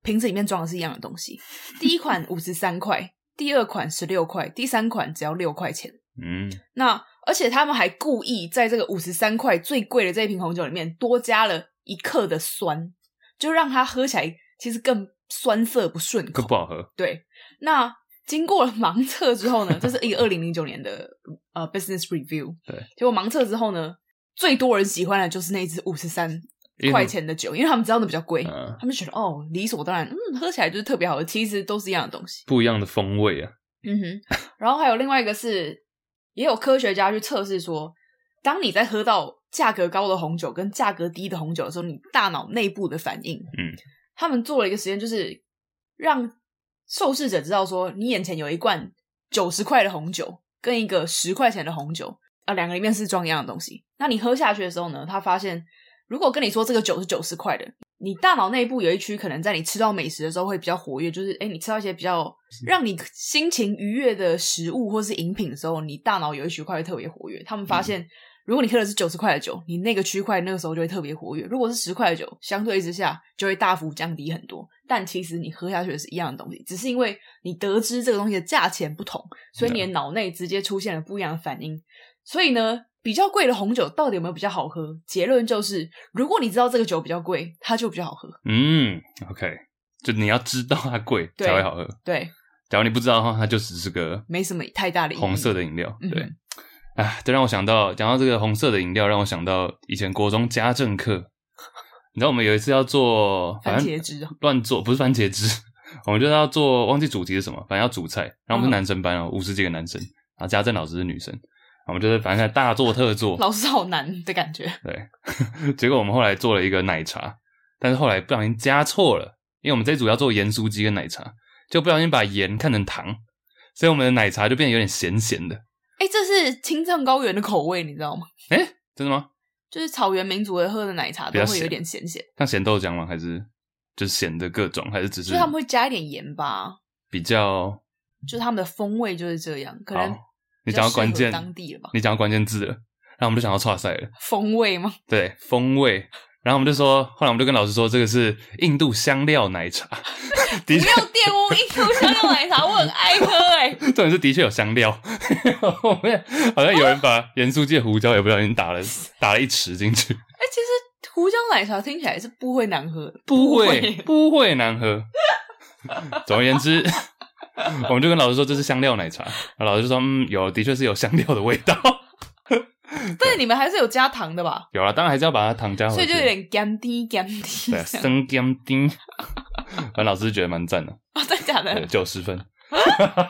Speaker 2: 瓶子里面装的是一样的东西。第一款五十三块，第二款十六块，第三款只要六块钱。
Speaker 1: 嗯，
Speaker 2: 那而且他们还故意在这个五十三块最贵的这一瓶红酒里面多加了一克的酸，就让它喝起来其实更酸涩不顺
Speaker 1: 更
Speaker 2: 口。
Speaker 1: 不好喝。
Speaker 2: 对，那经过了盲测之后呢，这是一个二零零九年的呃 Business Review。
Speaker 1: 对，
Speaker 2: 结果盲测之后呢，最多人喜欢的就是那一支五十三
Speaker 1: 因为
Speaker 2: 块钱的酒，因为他们知道那比较贵，
Speaker 1: 嗯
Speaker 2: 他们觉得哦理所当然，嗯，喝起来就是特别好喝，其实都是一样的东西。
Speaker 1: 不一样的风味啊。
Speaker 2: 嗯哼，然后还有另外一个是，也有科学家去测试说，当你在喝到价格高的红酒跟价格低的红酒的时候，你大脑内部的反应，
Speaker 1: 嗯，
Speaker 2: 他们做了一个实验，就是让受试者知道说，你眼前有一罐九十块的红酒跟一个十块钱的红酒，啊，两个里面是装一样的东西。那你喝下去的时候呢，他发现，如果跟你说这个酒是九十块的，你大脑内部有一区可能在你吃到美食的时候会比较活跃，就是诶你吃到一些比较让你心情愉悦的食物或是饮品的时候，你大脑有一区块会特别活跃。他们发现。如果你喝的是九十块的酒，你那个区块那个时候就会特别活跃；如果是十块的酒，相对之下就会大幅降低很多。但其实你喝下去的是一样的东西，只是因为你得知这个东西的价钱不同，所以你的脑内直接出现了不一样的反应。所以呢，比较贵的红酒到底有没有比较好喝？结论就是，如果你知道这个酒比较贵，它就比较好喝。
Speaker 1: 嗯，OK，就你要知道它贵
Speaker 2: 对
Speaker 1: 才会好喝。
Speaker 2: 对，
Speaker 1: 假如你不知道的话，它就只是个
Speaker 2: 没什么太大的意义
Speaker 1: 红色的饮料。
Speaker 2: 嗯
Speaker 1: 对，啊，这让我想到，讲到这个红色的饮料，让我想到以前国中家政课，你知道我们有一次要做
Speaker 2: 番茄
Speaker 1: 反正
Speaker 2: 汁哦
Speaker 1: 乱做，不是番茄汁， 我们就是要做忘记主题是什么，反正要煮菜。然后我们是
Speaker 2: 嗯
Speaker 1: 男生班哦，五十几个男生，然后家政老师是女生，然后我们就是反正大做特做，
Speaker 2: 老师好难的感觉。
Speaker 1: 对，结果我们后来做了一个奶茶，但是后来不小心加错了，因为我们这一组要做盐酥鸡跟奶茶，就不小心把盐看成糖，所以我们的奶茶就变得有点咸咸的。
Speaker 2: 哎，这是青藏高原的口味，你知道吗？
Speaker 1: 哎，真的吗？
Speaker 2: 就是草原民族的喝的奶茶
Speaker 1: 比较
Speaker 2: 都会有
Speaker 1: 咸
Speaker 2: 点咸咸，
Speaker 1: 像咸豆浆吗？还是就是咸的各种？还是只
Speaker 2: 就是是他们会加一点盐吧，
Speaker 1: 比较
Speaker 2: 就是他们的风味就是这样。可能
Speaker 1: 好你讲到关键
Speaker 2: 比较适合当地了吧？
Speaker 1: 你讲到关键字了，然后我们就想要岔赛了。
Speaker 2: 风味吗？
Speaker 1: 对，风味。然后我们就说，后来我们就跟老师说，这个是印度香料奶 茶，的
Speaker 2: 不
Speaker 1: 确
Speaker 2: 要，玷污印度香料奶茶，我很爱喝哎、
Speaker 1: 重点是的确有香料。 后面好像有人把盐酥鸡的胡椒也不小心打了打了一匙进去，
Speaker 2: 哎、其实胡椒奶茶听起来是不会难喝的，
Speaker 1: 不 会不会难喝。总而言之， 我们就跟老师说这是香料奶茶，然后老师就说嗯，有的确是有香料的味道，
Speaker 2: 但是你们还是有加糖的吧？
Speaker 1: 有啊，当然还是要把它糖加回去，
Speaker 2: 所以就有点干滴干滴
Speaker 1: 对，啊
Speaker 2: 这样
Speaker 1: 生姜丁，反正老师觉得蛮赞的，
Speaker 2: 啊，真的假的
Speaker 1: 对，？九十分，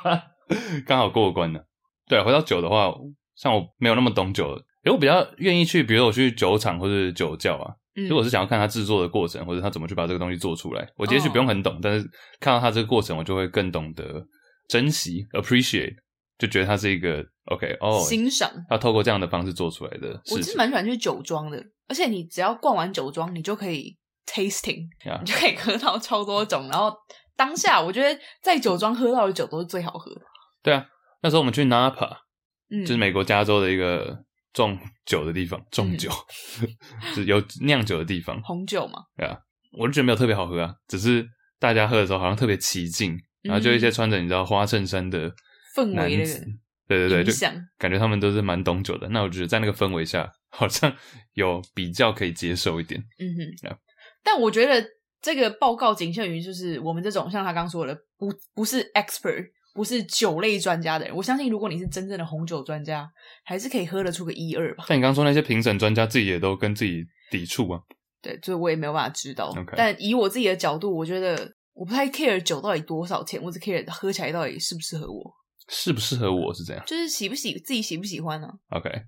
Speaker 1: 刚好过关了。对，回到酒的话，像我没有那么懂酒，因为我比较愿意去，比如说我去酒厂或是酒窖啊，
Speaker 2: 嗯
Speaker 1: 如果我是想要看它制作的过程，或者它怎么去把这个东西做出来，我
Speaker 2: 哦
Speaker 1: 也许不用很懂，但是看到它这个过程，我就会更懂得珍惜 appreciate，就觉得它是一个 OK 哦，
Speaker 2: 欣赏，
Speaker 1: 要透过这样的方式做出来的
Speaker 2: 我
Speaker 1: 事
Speaker 2: 其实
Speaker 1: 情。
Speaker 2: 蛮喜欢去酒庄的，而且你只要逛完酒庄，你就可以 tasting，
Speaker 1: 呀
Speaker 2: 你就可以喝到超多种，然后。当下我觉得在酒庄喝到的酒都是最好喝的，
Speaker 1: 对啊，那时候我们去 Napa，
Speaker 2: 嗯，
Speaker 1: 就是美国加州的一个种酒的地方，
Speaker 2: 嗯
Speaker 1: 种酒、就是有酿酒的地方，
Speaker 2: 红酒嘛，
Speaker 1: 我就觉得没有特别好喝啊，只是大家喝的时候好像特别起劲，然后就一些穿着你知道花衬衫的
Speaker 2: 嗯氛
Speaker 1: 男
Speaker 2: 围那
Speaker 1: 子
Speaker 2: 个，
Speaker 1: 对对对，
Speaker 2: 影
Speaker 1: 就
Speaker 2: 响
Speaker 1: 感觉他们都是蛮懂酒的。那我觉得在那个氛围下，好像有比较可以接受一点。
Speaker 2: 嗯
Speaker 1: 对
Speaker 2: 哼，但我觉得这个报告仅限于就是我们这种像他刚说的，不不是 expert，不是酒类专家的人。我相信，如果你是真正的红酒专家，还是可以喝得出个一二吧。
Speaker 1: 但你刚刚说那些评审专家自己也都跟自己抵触啊，
Speaker 2: 对，所以我也没有办法知道。
Speaker 1: OK
Speaker 2: 但以我自己的角度，我觉得我不太 care 酒到底多少钱，我只 care 喝起来到底适不适合我，
Speaker 1: 适不适合我是这样
Speaker 2: 就是喜不喜自己喜不喜欢呢、
Speaker 1: ？OK，哎、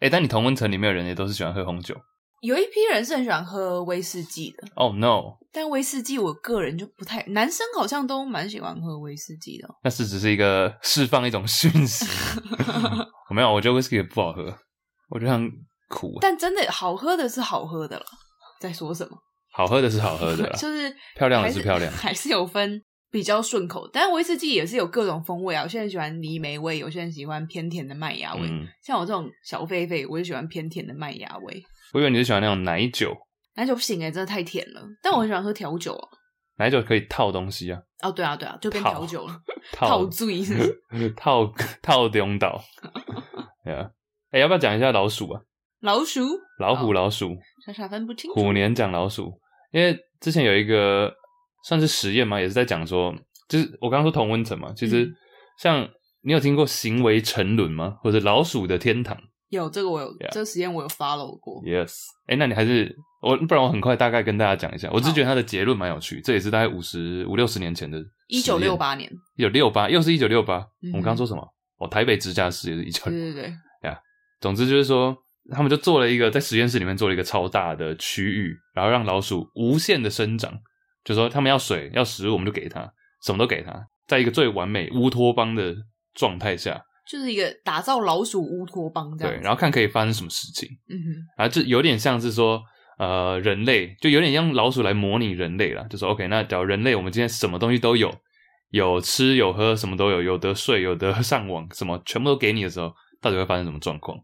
Speaker 1: 诶但你同温层里面的人也都是喜欢喝红酒。
Speaker 2: 有一批人是很喜欢喝威士忌的，
Speaker 1: Oh no，
Speaker 2: 但威士忌我个人就不太，男生好像都蛮喜欢喝威士忌的哦、
Speaker 1: 那是只是一个 释放一种讯 息。哦没有，我觉得 whisky 也不好喝，我觉得很苦、啊。
Speaker 2: 但真的好喝的是好喝的了， 在说什么？
Speaker 1: 好喝的是好喝的啦，
Speaker 2: 就是
Speaker 1: 啊漂亮的
Speaker 2: 还
Speaker 1: 是漂亮
Speaker 2: 还是有分比较顺口。但威士忌也是有各种风味啊，有些人喜欢泥煤味，有些人喜欢偏甜的麦芽味。
Speaker 1: 嗯，
Speaker 2: 像我这种小狒狒，我就喜欢偏甜的麦芽味。
Speaker 1: 我以为你是喜欢那种奶酒，
Speaker 2: 奶酒不行哎、真的太甜了。但我很喜欢喝调酒啊。
Speaker 1: 奶酒可以套东西啊，
Speaker 2: 哦，对啊，对啊，就变
Speaker 1: 套
Speaker 2: 调酒了，
Speaker 1: 套
Speaker 2: 套醉是不 是
Speaker 1: 套套中 岛。对啊，哎、要不要讲一下老鼠啊？
Speaker 2: 老鼠，
Speaker 1: 老虎、老鼠，
Speaker 2: 傻傻分不清楚。
Speaker 1: 虎年讲老鼠。因为之前有一个算是实验嘛，也是在讲说，就是我刚刚说同温层嘛，其实
Speaker 2: 嗯
Speaker 1: 像你有听过行为沉沦吗？或者老鼠的天堂
Speaker 2: 有这个我有
Speaker 1: Yeah
Speaker 2: 这个实验我有 follow 过。
Speaker 1: ？Yes，哎、那你还是我，不然我很快大概跟大家讲一下。我只是觉得它的结论蛮有趣，这也是大概五十五六十年前的
Speaker 2: 一九六八年，
Speaker 1: 有六八，又是一九六八。
Speaker 2: 嗯
Speaker 1: 我们刚刚说什么？哦，台北直辖市也是一九
Speaker 2: 对对对，
Speaker 1: 总之就是说，他们就做了一个在实验室里面做了一个超大的区域，然后让老鼠无限的生长，就说他们要水要食物，我们就给它，什么都给它，在一个最完美乌托邦的状态下，
Speaker 2: 就是一个打造老鼠乌托邦这
Speaker 1: 对
Speaker 2: 样，子。
Speaker 1: 然后看可以发生什么事情，
Speaker 2: 嗯哼，
Speaker 1: 然后就有点像是说。呃，人类就有点像老鼠来模拟人类啦，就说 OK，那假如人类我们今天什么东西都有，有吃有喝，什么都有，有得睡，有得 上网，什么全部都给你的时候，到底会发生什么状况？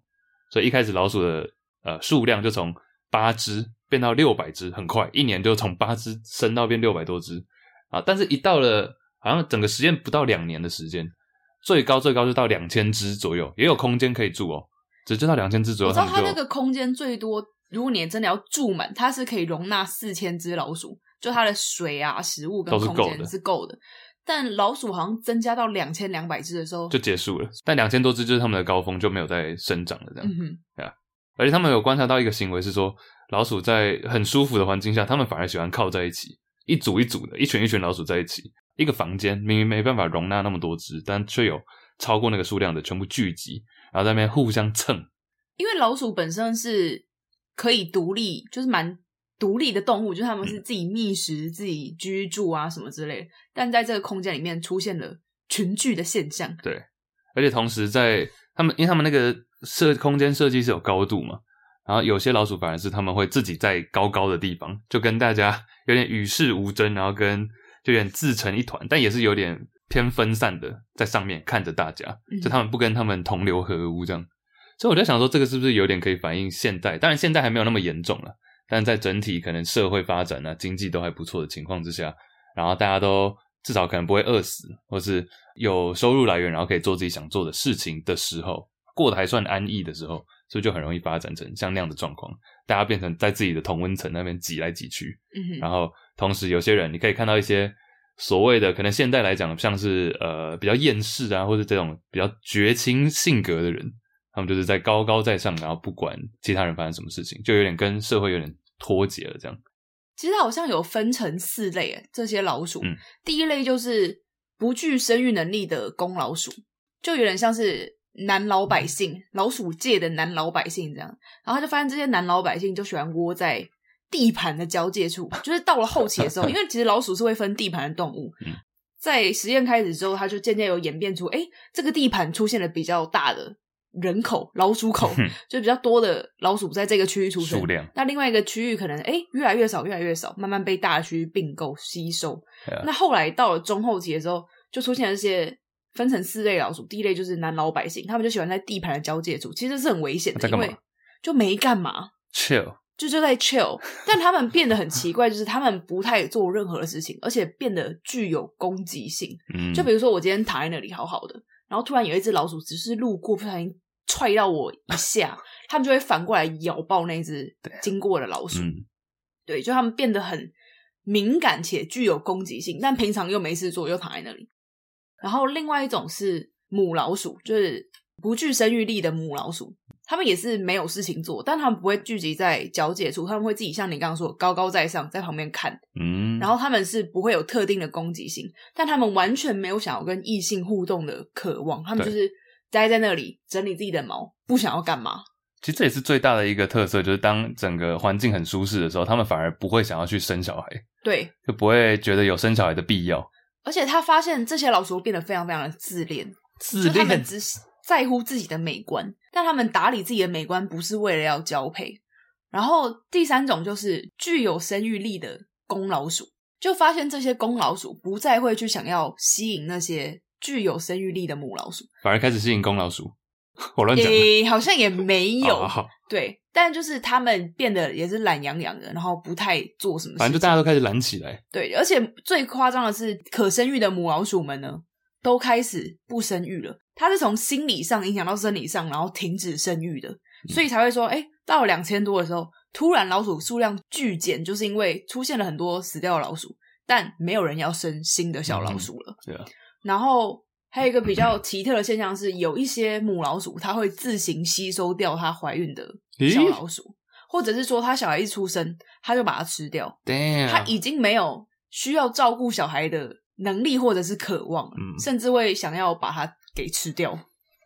Speaker 1: 所以一开始老鼠的呃数量就从八只变到六百只，很快一年就从八只升到变六百多只啊！但是，一到了好像整个实验不到两年的时间，最高最高就到两千只左右，也有空间可以住哦，只就到两千只左
Speaker 2: 我
Speaker 1: 右，
Speaker 2: 知道
Speaker 1: 们
Speaker 2: 它
Speaker 1: 就
Speaker 2: 那个空间最多，如果你真的要住满，它是可以容纳四千只老鼠，就它的水啊、食物跟
Speaker 1: 都是
Speaker 2: 空
Speaker 1: 够的
Speaker 2: 间是够的。但老鼠好像增加到两千两百只的时候，
Speaker 1: 就结束了。但两千多只就是他们的高峰，就没有再生长了这样。
Speaker 2: 嗯哼，
Speaker 1: 而且他们有观察到一个行为是说，老鼠在很舒服的环境下，他们反而喜欢靠在一起，一组一组的，一群一群老鼠在一起。一个房间明明没办法容纳那么多只，但却有超过那个数量的全部聚集，然后在那边互相蹭。
Speaker 2: 因为老鼠本身是可以独立，就是蛮独立的动物，就是它们是自己觅食、自己居住啊什么之类的。但在这个空间里面出现了群聚的现象，
Speaker 1: 而且同时在他们，因为他们那个设空间设计是有高度嘛，然后有些老鼠反而是他们会自己在高高的地方，就跟大家 有点与世无争，然后跟就有点自成一团，但也是有点偏分散的，在上面看着大家，
Speaker 2: 嗯
Speaker 1: 就他们不跟他们同流合污这样。所以我在想说，这个是不是有点可以反映现代？当然现代还没有那么严重了，但在整体可能社会发展啊、经济都还不错的情况之下，然后大家都至少可能不会饿死，或是有收入来源，然后可以做自己想做的事情的时候，过得还算安逸的时候，所以就很容易发展成像那样的状况，大家变成在自己的同温层那边挤来挤去，
Speaker 2: 嗯哼，
Speaker 1: 然后同时有些人你可以看到一些所谓的可能现代来讲像是呃比较厌世啊，或者这种比较绝情性格的人，他们就是在高高在上，然后不管其他人发生什么事情，就有点跟社会有点脱节了这样。
Speaker 2: 其实好像有分成四类诶，这些老鼠，
Speaker 1: 嗯
Speaker 2: 第一类就是不具生育能力的公老鼠，就有点像是。男老百
Speaker 1: 嗯
Speaker 2: 姓，老鼠界的男老百姓这样，然后他就发现这些男老百姓就喜欢窝在地盘的交界 处，就是到了后期的时候，因为其实老鼠是会分地盘的动物
Speaker 1: 嗯，
Speaker 2: 在实验开始之后，它就渐渐有演变出，哎，这个地盘出现了比较大的人口，老鼠口
Speaker 1: 嗯
Speaker 2: 就比较多的老鼠在这个区域出生
Speaker 1: 数量，
Speaker 2: 那另外一个区域可能哎越来越少，越来越少，慢慢被大区域并购吸收。
Speaker 1: Yeah
Speaker 2: 那后来到了中后期的时候，就出现了这些。分成四类老鼠，第一类就是男老百姓，他们就喜欢在地盘的交界处，其实是很危险的，
Speaker 1: 啊在
Speaker 2: 因
Speaker 1: 干嘛
Speaker 2: 为就没干嘛，
Speaker 1: Chill，
Speaker 2: 就就在 chill，但他们变得很奇怪，就是他们不太做任何的事情，而且变得具有攻击性。
Speaker 1: 嗯，
Speaker 2: 就比如说，我今天躺在那里好好的，然后突然有一只老鼠只是路过，不小心踹到我一 下，他们就会反过来咬爆那只经过的老鼠。
Speaker 1: 啊嗯。
Speaker 2: 对，就他们变得很敏感且具有攻击性，但平常又没事做，又躺在那里。然后另外一种是母老鼠，就是不具生育力的母老鼠，它们也是没有事情做，但它们不会聚集在交界处，它们会自己像你刚刚说，高高在上，在旁边看。
Speaker 1: 嗯，
Speaker 2: 然后它们是不会有特定的攻击性，但它们完全没有想要跟异性互动的渴望，它们
Speaker 1: 对
Speaker 2: 就是待在那里整理自己的毛，不想要干嘛。
Speaker 1: 其实这也是最大的一个特色，就是当整个环境很舒适的时候，他们反而不会想要去生小孩，
Speaker 2: 对，
Speaker 1: 就不会觉得有生小孩的必要。
Speaker 2: 而且他发现这些老鼠变得非常非常的自恋，
Speaker 1: 自
Speaker 2: 就他
Speaker 1: 恋
Speaker 2: 们，只是在乎自己的美观，但他们打理自己的美观不是为了要交配。然后第三种就是具有生育力的公老鼠，就发现这些公老鼠不再会去想要吸引那些具有生育力的母老鼠，
Speaker 1: 反而开始吸引公老鼠。 我乱讲的， 哦
Speaker 2: 诶、好像也没有、
Speaker 1: 好好好
Speaker 2: 对，但就是他们变得也是懒洋洋的，然后不太做什么事情，
Speaker 1: 反正就大家都开始懒起来。
Speaker 2: 对，而且最夸张的是，可生育的母老鼠们呢，都开始不生育了。它是从
Speaker 1: 嗯
Speaker 2: 心理上影响到生理上，然后停止生育的，所以才会说，哎、到两千多的时候，突然老鼠数量剧减，就是因为出现了很多死掉的老鼠，但没有人要生新的小老鼠了。
Speaker 1: 对啊，
Speaker 2: 然后还有一个比较奇特的现象是，有一些母老鼠它会自行吸收掉它怀孕的小
Speaker 1: 咦
Speaker 2: 老鼠，或者是说它小孩一出生，它就把它吃掉，它
Speaker 1: ，damn，
Speaker 2: 已经没有需要照顾小孩的能力或者是渴望了，
Speaker 1: 嗯
Speaker 2: 甚至会想要把它给吃掉。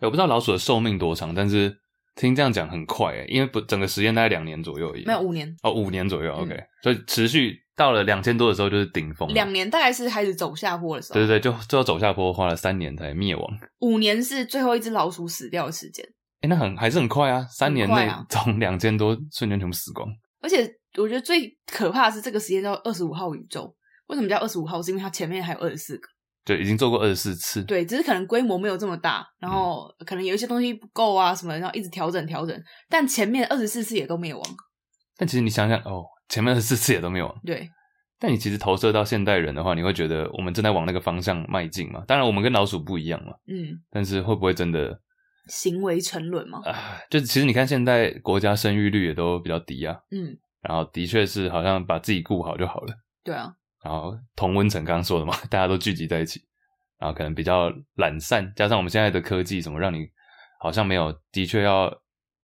Speaker 1: 我不知道老鼠的寿命多长，但是听这样讲很快诶，因为不整个实验大概两年左右而已，
Speaker 2: 没有五年，
Speaker 1: 哦五年左右
Speaker 2: 嗯
Speaker 1: ，OK，所以持续到了两千多的时候就是顶峰了，
Speaker 2: 两年大概是开始走下坡的时
Speaker 1: 哦
Speaker 2: 候
Speaker 1: 对，对对，就最后走下坡花了三年才灭亡，
Speaker 2: 五年是最后一只老鼠死掉的时间。
Speaker 1: 哎，那很还是很快啊，三年
Speaker 2: 很快
Speaker 1: 内
Speaker 2: 啊
Speaker 1: 从两千多瞬间全部死光，
Speaker 2: 而且我觉得最可怕的是这个实验叫二十五号宇宙。为什么叫二十五号？是因为它前面还有二十四个。
Speaker 1: 就已经做过二十四次，
Speaker 2: 对，只是可能规模没有这么大，然后可能有一些东西不够啊什么的，然后一直调整调整。但前面二十四次也都灭亡。
Speaker 1: 但其实你想想哦，前面二十四次也都没有啊，
Speaker 2: 对，
Speaker 1: 但你其实投射到现代人的话，你会觉得我们正在往那个方向迈进嘛？当然，我们跟老鼠不一样嘛，
Speaker 2: 嗯，
Speaker 1: 但是会不会真的
Speaker 2: 行为沉沦嘛，
Speaker 1: 啊？就其实你看，现在国家生育率也都比较低啊，
Speaker 2: 嗯，
Speaker 1: 然后的确是好像把自己顾好就好了，
Speaker 2: 对啊，
Speaker 1: 然后同温层刚刚说的嘛， 大家都聚集在一起，然后可能比较懒散，加上我们现在的科技什么，让你好像没有的确要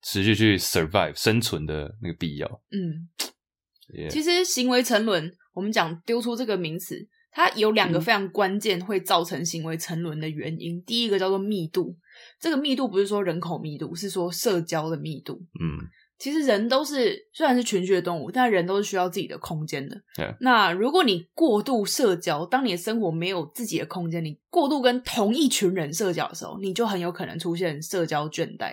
Speaker 1: 持续去 survive 生存的那个必要。
Speaker 2: 嗯，
Speaker 1: 也
Speaker 2: 其实行为沉沦，我们讲丢出这个名词，它有两个非常关键会造成行为沉沦的原因。第一个叫做密度，这个密度不是说人口密度，是说社交的密度。
Speaker 1: 嗯，
Speaker 2: 其实人都是虽然是群居的动物，但人都是需要自己的空间的。
Speaker 1: Yeah.
Speaker 2: 那如果你过度社交，当你的生活没有自己的空间，你过度跟同一群人社交的时候，你就很有可能出现社交倦怠，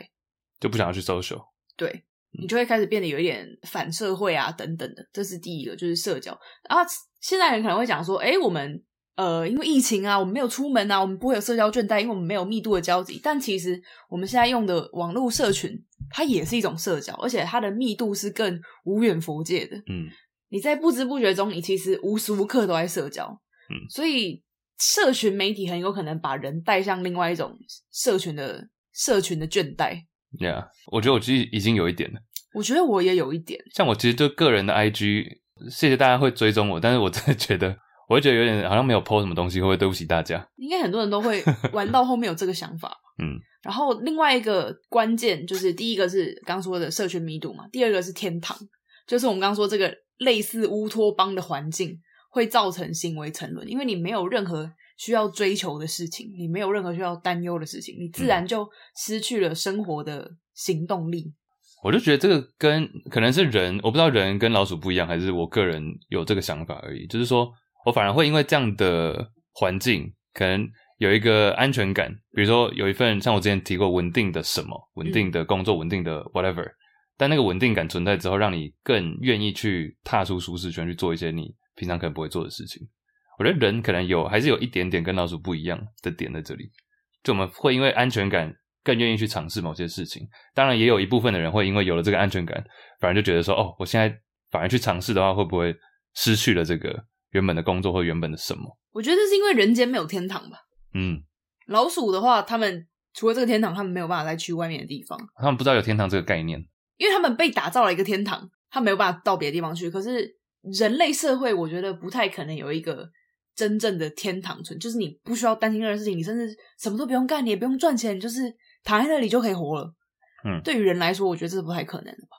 Speaker 1: 就不想要去 social。
Speaker 2: 对你就会开始变得有一点反社会啊等等的。这是第一个，就是社交。然后现在人可能会讲说，诶，我们。呃，因为疫情啊，我们没有出门啊，我们不会有社交倦怠，因为我们没有密度的交集。但其实我们现在用的网络社群，它也是一种社交，而且它的密度是更无远佛界的。
Speaker 1: 嗯，
Speaker 2: 你在不知不觉中，你其实无时无刻都在社交，
Speaker 1: 嗯
Speaker 2: 所以社群媒体很有可能把人带向另外一种社群的社群的倦怠。
Speaker 1: Yeah，我觉得我自己已经有一点了。
Speaker 2: 我觉得我也有一点，
Speaker 1: 像我其实就个人的 IG，谢谢大家会追踪我，但是我真的觉得，我会觉得有点好像没有 PO 什么东西，会不会对不起大家？
Speaker 2: 应该很多人都会玩到后面有这个想法。
Speaker 1: 嗯，
Speaker 2: 然后另外一个关键就是，第一个是刚说的社群密度嘛，第二个是天堂，就是我们刚说这个类似乌托邦的环境会造成行为沉沦，因为你没有任何需要追求的事情，你没有任何需要担忧的事情，你自然就失去了生活的行动力。
Speaker 1: 我就觉得这个跟可能是人，我不知道人跟老鼠不一样，还是我个人有这个想法而已。就是说我反而会因为这样的环境，可能有一个安全感，比如说有一份像我之前提过稳定的什么，稳定的工作，稳定的 whatever。但那个稳定感存在之后，让你更愿意去踏出舒适圈，去做一些你平常可能不会做的事情。我觉得人可能有还是有一点点跟老鼠不一样的点在这里，就我们会因为安全感更愿意去尝试某些事情。当然，也有一部分的人会因为有了这个安全感，反而就觉得说，哦，我现在反而去尝试的话，会不会失去了这个原本的工作或原本的什么？
Speaker 2: 我觉得这是因为人间没有天堂吧。
Speaker 1: 嗯，
Speaker 2: 老鼠的话，他们除了这个天堂，他们没有办法再去外面的地方。
Speaker 1: 他们不知道有天堂这个概念。
Speaker 2: 因为他们被打造了一个天堂，他没有办法到别的地方去。可是人类社会，我觉得不太可能有一个真正的天堂存，就是你不需要担心任何事情，你甚至什么都不用干，你也不用赚钱，你就是躺在那里就可以活了。
Speaker 1: 嗯
Speaker 2: 对于人来说，我觉得这是不太可能的吧。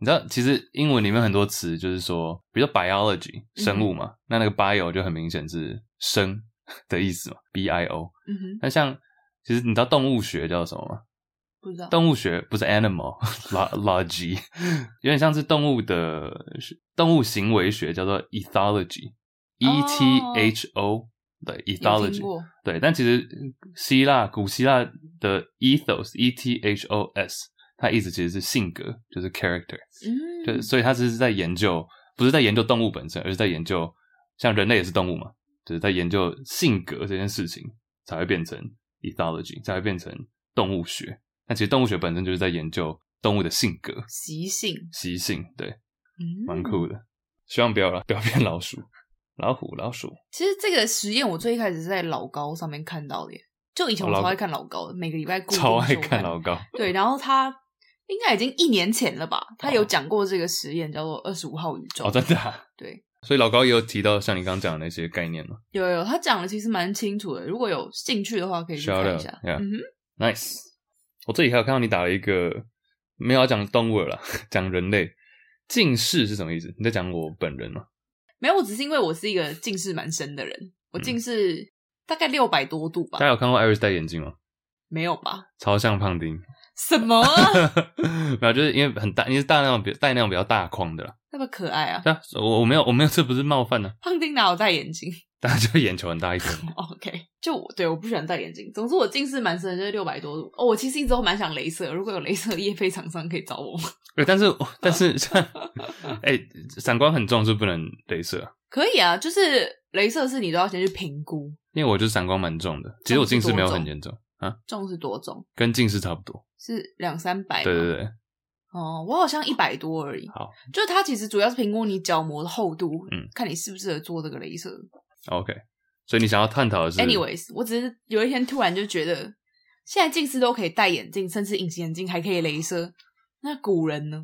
Speaker 1: 你知道，其实英文里面很多词就是说，比如说 biology
Speaker 2: 嗯
Speaker 1: 生物嘛，那那个 bio 就很明显是生的意思嘛，b i o。
Speaker 2: 嗯哼，
Speaker 1: 那像其实你知道动物学叫什么吗？
Speaker 2: 不知道。
Speaker 1: 动物学不是 animal，logy，有点像是动物的动物行为学，叫做 ethology，e t h o 对
Speaker 2: 哦有听
Speaker 1: ethology
Speaker 2: 过？
Speaker 1: 对，但其实希腊古希腊的 ethos，e t h o s，它意思其实是性格，就是 character，
Speaker 2: 嗯，
Speaker 1: 对，所以它只是在研究，不是在研究动物本身，而是在研究像人类也是动物嘛，就是在研究性格这件事情，才会变成 ethology，才会变成动物学。那其实动物学本身就是在研究动物的性格、
Speaker 2: 习性，
Speaker 1: 习性，对，
Speaker 2: 嗯，
Speaker 1: 蛮酷的。希望不要啦不要变老鼠、老虎、老鼠。
Speaker 2: 其实这个实验我最一开始是在老高上面看到的耶，就以前我
Speaker 1: 哦老
Speaker 2: 超
Speaker 1: 高
Speaker 2: 爱看老高的，每个礼拜固定
Speaker 1: 超爱
Speaker 2: 收
Speaker 1: 看老高，
Speaker 2: 对，然后他应该已经一年前了吧？他有
Speaker 1: 哦
Speaker 2: 讲过这个实验，叫做二十五号宇宙。
Speaker 1: 哦，真的、啊。
Speaker 2: 对，
Speaker 1: 所以老高也有提到像你刚刚讲的那些概念嘛。
Speaker 2: 有有，他讲的其实蛮清楚的。如果有兴趣的话，可以去
Speaker 1: Shout
Speaker 2: 看一
Speaker 1: out，
Speaker 2: 下。
Speaker 1: yeah
Speaker 2: 嗯哼，
Speaker 1: Nice，我这里还有看到你打了一个没有要讲动物了啦， 讲人类。近视是什么意思？你在讲我本人吗？
Speaker 2: 没有，我只是因为我是一个近视蛮深的人，我
Speaker 1: 嗯
Speaker 2: 近视大概六百多度吧
Speaker 1: 大，家有看过艾瑞斯戴眼镜吗？
Speaker 2: 没有吧？
Speaker 1: 超像胖丁，
Speaker 2: 什么 啊？
Speaker 1: 没有，就是因为很大，因为是戴那种比戴那种比较大框的啦。
Speaker 2: 那么可爱啊！
Speaker 1: 对啊，我我没有我没有，这不是冒犯呢、啊，
Speaker 2: 胖丁哪有戴眼镜
Speaker 1: 大家就眼球很大一圈。
Speaker 2: ？OK，就我对我不喜欢戴眼镜。总之我近视蛮深的，就是六百多度。哦，我其实一直都蛮想镭射，如果有镭射业配厂商可以找我，
Speaker 1: 对，但是但是 像，哎、散光很重是不能镭射啊、
Speaker 2: 可以啊。就是镭射是你都要先去评估
Speaker 1: 因为我就是散光蛮重的。其实我近视没有很严重，
Speaker 2: 重是多重，
Speaker 1: 跟近视差不多。
Speaker 2: 是两三百吗。
Speaker 1: 对对对，
Speaker 2: 哦，我好像一百多而已。
Speaker 1: 好，
Speaker 2: 就它其实主要是评估你角膜的厚度，
Speaker 1: 嗯
Speaker 2: 看你适不适合做这个镭射。
Speaker 1: OK，所以你想要探讨的是
Speaker 2: Anyways，我只是有一天突然就觉得，现在近视都可以戴眼镜，甚至隐形眼镜还可以镭射，那古人呢？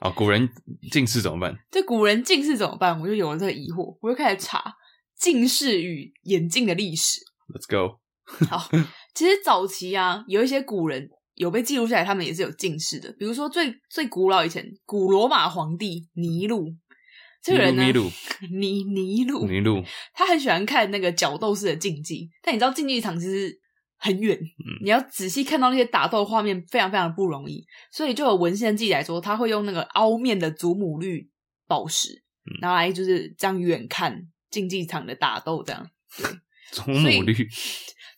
Speaker 1: 哦，古人近视怎么办？
Speaker 2: 这古人近视怎么办？我就有了这个疑惑，我就开始查近视与眼镜的历史。
Speaker 1: Let's go。
Speaker 2: 其实早期啊，有一些古人有被记录下来，他们也是有近视的。比如说最最古老以前，古罗马皇帝尼禄，这个人呢，
Speaker 1: 尼禄，
Speaker 2: 尼尼禄，
Speaker 1: 尼禄，
Speaker 2: 他很喜欢看那个角斗士的竞技，但你知道竞技场其实很远，
Speaker 1: 嗯
Speaker 2: 你要仔细看到那些打斗画面，非常非常不容易。所以就有文献记载说，他会用那个凹面的祖母绿宝石，
Speaker 1: 嗯
Speaker 2: 拿来就是这样远看竞技场的打斗，这样
Speaker 1: 祖母绿，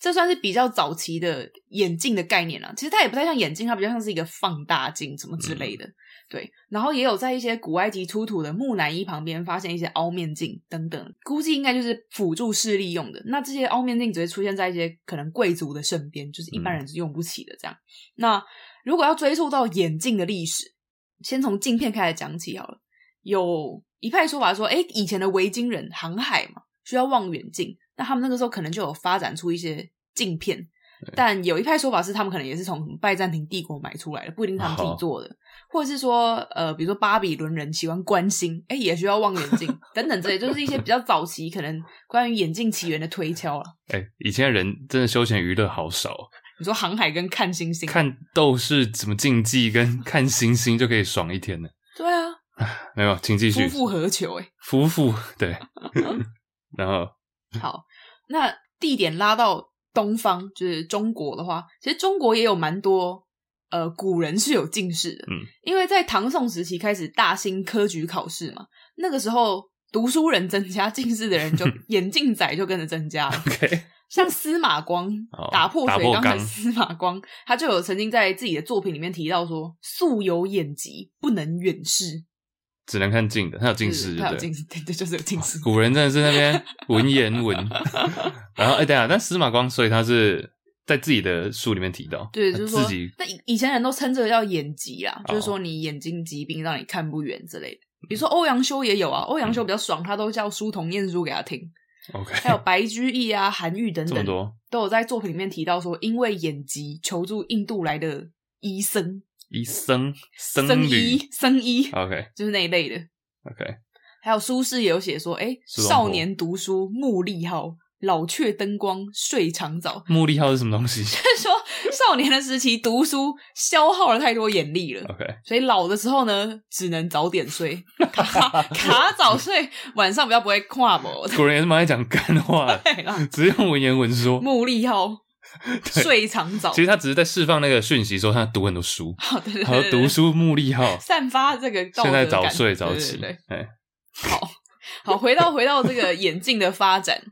Speaker 2: 这算是比较早期的眼镜的概念了。其实它也不太像眼镜，它比较像是一个放大镜什么之类的。对，然后也有在一些古埃及出土的木乃伊旁边发现一些凹面镜等等，估计应该就是辅助视力用的。那这些凹面镜只会出现在一些可能贵族的身边，就是一般人是用不起的这样。那如果要追溯到眼镜的历史，先从镜片开始讲起好了。有一派说法说，哎，以前的维京人航海嘛，需要望远镜，那他们那个时候可能就有发展出一些镜片。但有一派说法是，他们可能也是从拜占庭帝国买出来的，不一定他们自己
Speaker 1: 好
Speaker 2: 做的，或者是说，呃，比如说巴比伦人喜欢观星，哎，也需要望远镜等等之类，就是一些比较早期可能关于眼镜起源的推敲了。
Speaker 1: 哎、以前人真的休闲娱乐好少哦，
Speaker 2: 你说航海跟看星星，
Speaker 1: 看斗士怎么竞技 跟看星星就可以爽一天呢。
Speaker 2: 对啊，
Speaker 1: 没有，请继续
Speaker 2: 夫。复何求、哎，
Speaker 1: 夫妇 对，然后
Speaker 2: 好，那地点拉到东方，就是中国的话，其实中国也有蛮多呃古人是有近视的，
Speaker 1: 嗯，
Speaker 2: 因为在唐宋时期开始大兴科举考试嘛，那个时候读书人增加，近视的 人就眼镜仔就跟着增加了。
Speaker 1: OK，
Speaker 2: 像司马光
Speaker 1: 哦
Speaker 2: 打破
Speaker 1: 打
Speaker 2: 水
Speaker 1: 破
Speaker 2: 缸的
Speaker 1: 缸
Speaker 2: 司马光，他就有曾经在自己的作品里面提到说，素有眼疾，不能远视，
Speaker 1: 只能看近的，他有近
Speaker 2: 就是
Speaker 1: 视，对
Speaker 2: 他有
Speaker 1: 不对
Speaker 2: 近。视，对对，就是有近视。
Speaker 1: 古人真的是那边文言文， 然后哎、等一下，但司马光，所以他是在自己的书里面提到，
Speaker 2: 对，
Speaker 1: 他
Speaker 2: 就是说
Speaker 1: 自己，
Speaker 2: 那以以前人都称这个叫眼疾啊，
Speaker 1: 哦嗯
Speaker 2: 就是说你眼睛疾病让你看不远之类的。比如说欧阳修也有啊，欧阳修比较爽，他都叫书童念书给他听，
Speaker 1: OK，
Speaker 2: 还有白居易啊、韩愈等
Speaker 1: 这么
Speaker 2: 等，
Speaker 1: 多
Speaker 2: 都有在作品里面提到说，因为眼疾求助印度来的医生、
Speaker 1: 医生僧
Speaker 2: 僧
Speaker 1: 侣啊
Speaker 2: 医、僧医，
Speaker 1: ，OK
Speaker 2: 就是那一类的。
Speaker 1: OK，
Speaker 2: 还有苏轼也有写说，哎，
Speaker 1: 苏东坡
Speaker 2: 少年读书目力好，老却灯光睡长早。
Speaker 1: 目力号是什么东西
Speaker 2: 说少年的时期读书消耗了太多眼力了，
Speaker 1: ？OK，
Speaker 2: 所以老的时候呢，只能早点睡， 卡卡早睡，晚上比较不会跨模。
Speaker 1: 古人也是蛮爱讲干话的，
Speaker 2: 对啦，
Speaker 1: 只是用文言文说。
Speaker 2: 目力好，睡长早
Speaker 1: 其。实他只是在释放那个讯息，说他读很多书，
Speaker 2: 好的，对
Speaker 1: 还有
Speaker 2: 对
Speaker 1: 读
Speaker 2: 对
Speaker 1: 书目 力号，
Speaker 2: 散发这个道德
Speaker 1: 现在
Speaker 2: 感。
Speaker 1: 早睡
Speaker 2: 对
Speaker 1: 早
Speaker 2: 对
Speaker 1: 起
Speaker 2: 对，
Speaker 1: 哎，
Speaker 2: 好好，回到回到这个眼镜的 发展，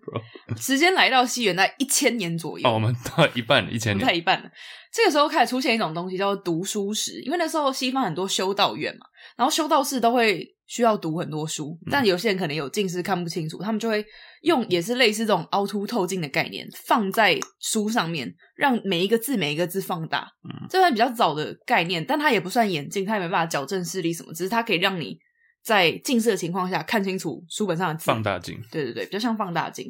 Speaker 2: 时间来到西元在一千年左右。
Speaker 1: 哦，我们到一半了一千
Speaker 2: 不太
Speaker 1: 年，
Speaker 2: 一半了。这个时候开始出现一种东西叫做读书时，因为那时候西方很多修道院嘛，然后修道士都会需要读很多书，
Speaker 1: 嗯
Speaker 2: 但有些人可能有近视看不清楚，他们就会用也是类似这种凹凸透镜的概念放在书上面，让每一个字每一个字放大。
Speaker 1: 嗯
Speaker 2: 这算比较早的概念，但它也不算眼镜，它也没办法矫正视力什么，只是它可以让你在近视的情况下看清楚书本上的字。
Speaker 1: 放大镜，
Speaker 2: 对对对，比较像放大镜。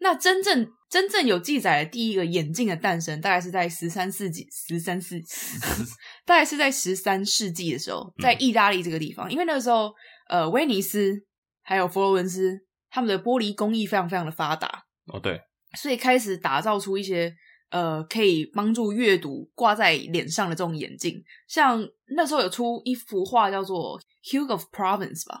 Speaker 2: 那真正真正有记载的第一个眼镜的诞生，大概是在十三世纪，十三世， 嗯大概是在十三世纪的时候，在意大利这个地方，因为那个时候，呃，威尼斯还有佛罗伦斯，他们的玻璃工艺非常非常的发达，
Speaker 1: 哦对，
Speaker 2: 所以开始打造出一些呃可以帮助阅读挂在脸上的这种眼镜，像那时候有出一幅画叫做《Hugh of Provence》吧，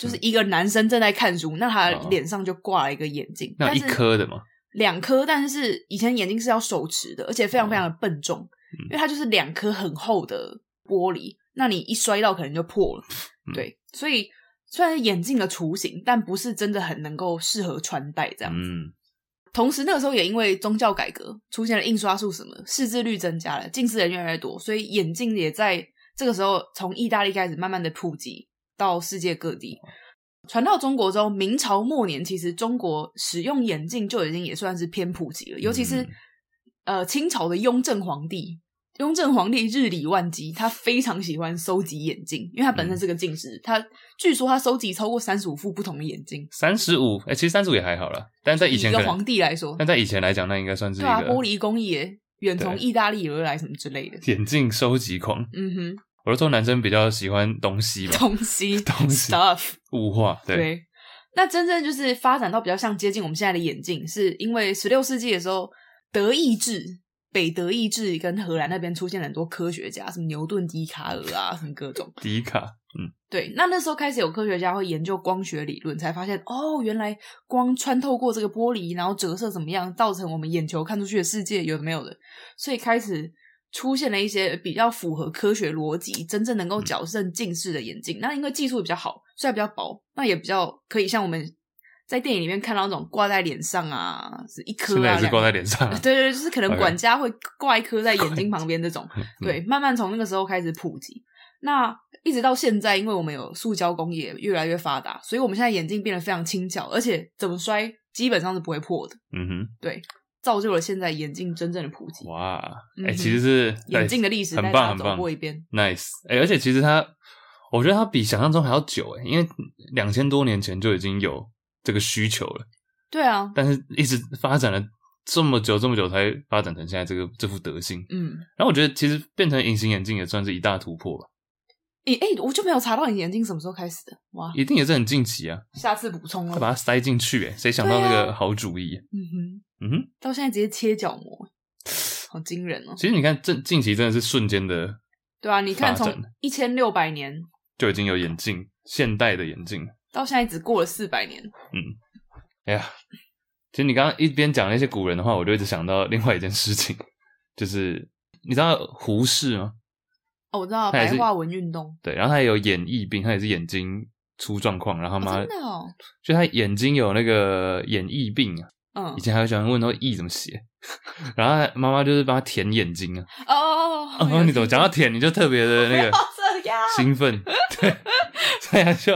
Speaker 2: 就是一个男生正在看书，那他
Speaker 1: 哦
Speaker 2: 脸上就挂了一个眼镜，
Speaker 1: 那有
Speaker 2: 但
Speaker 1: 一
Speaker 2: 是
Speaker 1: 颗的嘛，
Speaker 2: 两颗，但是以前眼镜是要手持的，而且非常非
Speaker 1: 哦
Speaker 2: 常的笨重，
Speaker 1: 嗯
Speaker 2: 因为它就是两颗很厚的玻璃，那你一摔到可能就破了。
Speaker 1: 嗯
Speaker 2: 对，所以虽然是眼镜的雏形，但不是真的很能够适合穿戴这样子。
Speaker 1: 嗯，
Speaker 2: 同时，那个时候也因为宗教改革出现了印刷术什么，识字率增加了，近视人越来越多，所以眼镜也在这个时候从意大利开始慢慢的普及到世界各地。
Speaker 1: 哦
Speaker 2: 传到中国之后，明朝末年其实中国使用眼镜就已经也算是偏普及了，尤其是、
Speaker 1: 嗯
Speaker 2: 呃清朝的雍正皇帝。雍正皇帝日理万机，他非常喜欢收集眼镜，因为他本身是个近视，他据说他收集超过三十五副不同的眼镜。
Speaker 1: 三十五，哎，其实三十五也还好啦，但在以前
Speaker 2: 一个
Speaker 1: 可能
Speaker 2: 皇帝来说
Speaker 1: 但在以前来讲，那应该算是一
Speaker 2: 对啊，玻
Speaker 1: 个
Speaker 2: 璃工艺耶远从
Speaker 1: 对
Speaker 2: 意大利而来什么之类的。
Speaker 1: 眼镜收集狂。
Speaker 2: 嗯哼，
Speaker 1: 我都说男生比较喜欢东西嘛，
Speaker 2: 东 西
Speaker 1: 东西
Speaker 2: stuff
Speaker 1: 物化，对，
Speaker 2: 那真正就是发展到比较像接近我们现在的眼镜，是因为十六世纪的时候，德意志、北德意志跟荷兰那边出现了很多科学家，什么牛顿、笛卡尔啊，什么各种。
Speaker 1: 迪卡，嗯，
Speaker 2: 对，那那时候开始有科学家会研究光学理论，才发现哦，原来光穿透过这个玻璃，然后折射怎么样，造成我们眼球看出去的世界有没有的，所以开始出现了一些比较符合科学逻辑、真正
Speaker 1: 嗯
Speaker 2: 能够矫正近视的眼镜。那因为技术比较好，虽然比较薄，那也比较可以像我们在电影里面看到那种挂在脸上啊，是一颗
Speaker 1: 现在
Speaker 2: 啊，
Speaker 1: 也是
Speaker 2: 两
Speaker 1: 挂在
Speaker 2: 颗
Speaker 1: 脸上啊，
Speaker 2: 对对，对就是可能
Speaker 1: OK，
Speaker 2: 管家会挂一颗在眼睛旁边这种 对，慢慢从那个时候开始普及。那一直到现在，因为我们有塑胶工业越来越发达，所以我们现在眼镜变得非常轻巧，而且怎么摔基本上是不会破的，
Speaker 1: 嗯哼，
Speaker 2: 造就了现在眼镜真正的普及。
Speaker 1: 哇，哎、
Speaker 2: 嗯哼
Speaker 1: 其实是
Speaker 2: 眼镜的历史
Speaker 1: 很
Speaker 2: 带
Speaker 1: 棒
Speaker 2: 大家
Speaker 1: 很棒
Speaker 2: 走过一遍
Speaker 1: ，nice，哎、而且其实它，我觉得它比想象中还要久哎、因为两千多年前就已经有这个需求了，
Speaker 2: 对啊，
Speaker 1: 但是一直发展了这么久这么久才发展成现在这个这副德性，
Speaker 2: 嗯，
Speaker 1: 然后我觉得其实变成隐形眼镜也算是一大突破吧，
Speaker 2: 诶、诶、我就没有查到你眼镜什么时候开始的，哇，
Speaker 1: 一定也是很近期啊，
Speaker 2: 下次补充
Speaker 1: 他
Speaker 2: 了。
Speaker 1: 把它塞进去哎、谁想到这
Speaker 2: 对
Speaker 1: 个
Speaker 2: 啊
Speaker 1: 好主意、
Speaker 2: 嗯哼，
Speaker 1: 嗯哼，
Speaker 2: 到现在直接切角膜，好惊人哦。
Speaker 1: 其实你看，这近期真的是瞬间的
Speaker 2: 对啊，你看
Speaker 1: 发
Speaker 2: 从
Speaker 1: 展
Speaker 2: 一千六百年
Speaker 1: 就已经有眼镜，现代的眼镜。
Speaker 2: 到现在只过了四百年，
Speaker 1: 哎呀，其实你刚刚一边讲那些古人的话，我就一直想到另外一件事情， 就是你知道胡适吗？
Speaker 2: 哦，我知道
Speaker 1: 他也
Speaker 2: 白
Speaker 1: 是
Speaker 2: 话文运动，
Speaker 1: 对，然后他也有眼翳病，他也是眼睛出状况，然后他妈、
Speaker 2: 哦真的哦
Speaker 1: 就他眼睛有那个眼翳病啊，
Speaker 2: 嗯
Speaker 1: 以，前还有喜欢问他翳怎么写， 然后他妈妈就是帮他舔眼睛啊。
Speaker 2: 哦哦哦
Speaker 1: 哦，你怎么讲 到舔，你就特别的那个
Speaker 2: 这样？
Speaker 1: 兴 奋，对，所以他就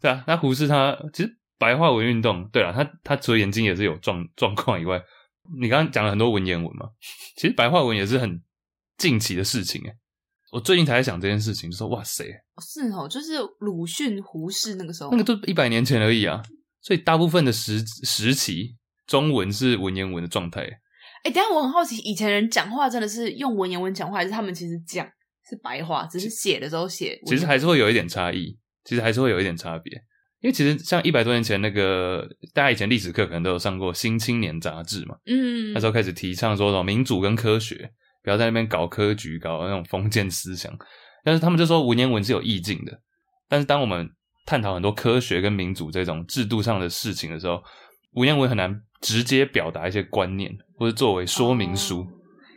Speaker 1: 对啊。那胡适他其实白话文运动，对啊，他他除了眼睛也是有状状况以外，你刚刚讲了很多文言文嘛，其实白话文也是很近期的事情哎。我最近才在想这件事情，就说哇塞，
Speaker 2: 是哦，就是鲁迅、胡适那个时候，
Speaker 1: 那个都一百年前而已啊，所以大部分的时时期，中文是文言文的状态。
Speaker 2: 哎、等一下我很好奇，以前人讲话真的是用文言文讲话，还是他们其实讲是白话，只是写的时候写文
Speaker 1: 其
Speaker 2: 言？
Speaker 1: 实还是会有一点差异，其实还是会有一点差别。因为其实像一百多年前那个，大家以前历史课可能都有上过《新青年》杂志嘛，
Speaker 2: 嗯
Speaker 1: 那时候开始提倡说什么民主跟科学，不要在那边搞科举、搞那种封建思想。但是他们就说文言文是有意境的，但是当我们探讨很多科学跟民主这种制度上的事情的时候，文言文很难直接表达一些观念，或者作为说明
Speaker 2: 哦
Speaker 1: 书。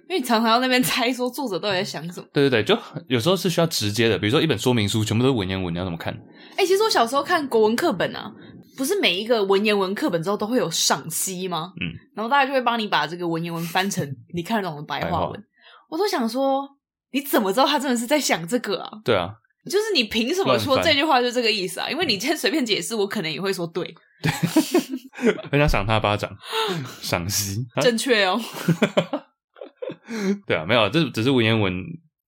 Speaker 2: 因为你常常要那边猜说作者到底在想什么。
Speaker 1: 对对对，就有时候是需要直接的，比如说一本说明书全部都是文言文，你要怎么看？
Speaker 2: 哎、其实我小时候看国文课本啊，不是每一个文言文课本之后都会有赏析吗？
Speaker 1: 嗯，
Speaker 2: 然后大家就会帮你把这个文言文翻成你看得懂的白
Speaker 1: 白话
Speaker 2: 话文。我都想说，你怎么知道他真的是在想这个啊？
Speaker 1: 对啊，
Speaker 2: 就是你凭什么
Speaker 1: 乱
Speaker 2: 说
Speaker 1: 翻嗯
Speaker 2: 这句话就是这个意思啊？因为你今天随便解释，我可能也会说对，
Speaker 1: 很想赏他巴掌，赏析。啊
Speaker 2: 正确 哦。
Speaker 1: 对啊，没有，这只是文言文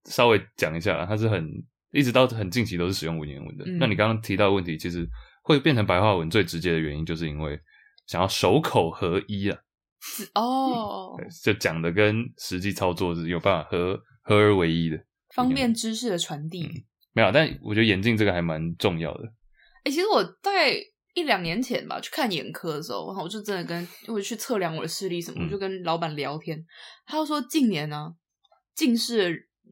Speaker 1: 稍微讲一下啦，它是很一直到很近期都是使用文言文的。
Speaker 2: 嗯
Speaker 1: 那你刚刚提到的问题，其实会变成白话文最直接的原因，就是因为想要手口合一啊，
Speaker 2: 哦，
Speaker 1: 就讲的跟实际操作是有办法合合而为一的。
Speaker 2: 方便知识的传递。
Speaker 1: 没有，啊但我觉得眼镜这个还蛮重要的。
Speaker 2: 哎、其实我在一两年前吧，去看眼科的时候，然后我就真的跟我去测量我的视力什么，
Speaker 1: 嗯
Speaker 2: 我就跟老板聊天，他就说近年呢、近视的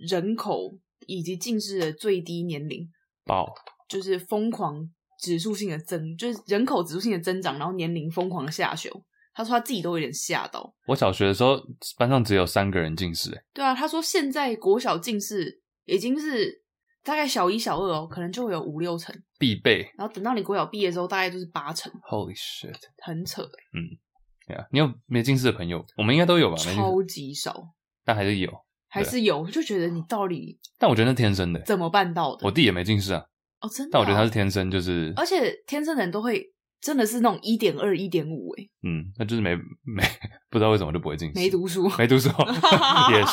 Speaker 2: 人口以及近视的最低年龄
Speaker 1: 爆，
Speaker 2: 就是疯狂指数性的增，就是人口指数性的增长，然后年龄疯狂下修。他说他自己都有点吓到。
Speaker 1: 我小学的时候班上只有三个人近视、欸，
Speaker 2: 对啊，他说现在国小近视已经是大概小一、小二哦，可能就会有五六成，
Speaker 1: 必备。
Speaker 2: 然后等到你国小毕业之后，大概就是八成，
Speaker 1: Holy shit！
Speaker 2: 很扯欸，
Speaker 1: 对啊，你有没近视的朋友？我们应该都有吧？没近视，
Speaker 2: 超级少，
Speaker 1: 但还是有。
Speaker 2: 还是有，就觉得你到底
Speaker 1: 但我觉得那天生的欸、
Speaker 2: 怎么办到的？
Speaker 1: 我弟也没近视啊，
Speaker 2: 哦，真的、
Speaker 1: 但我觉得他是，天生就是，
Speaker 2: 而且天生人都会真的是那种一点二、一点五，哎，
Speaker 1: 嗯，那就是没没不知道为什么就不会近视，
Speaker 2: 没读书，
Speaker 1: 没读书也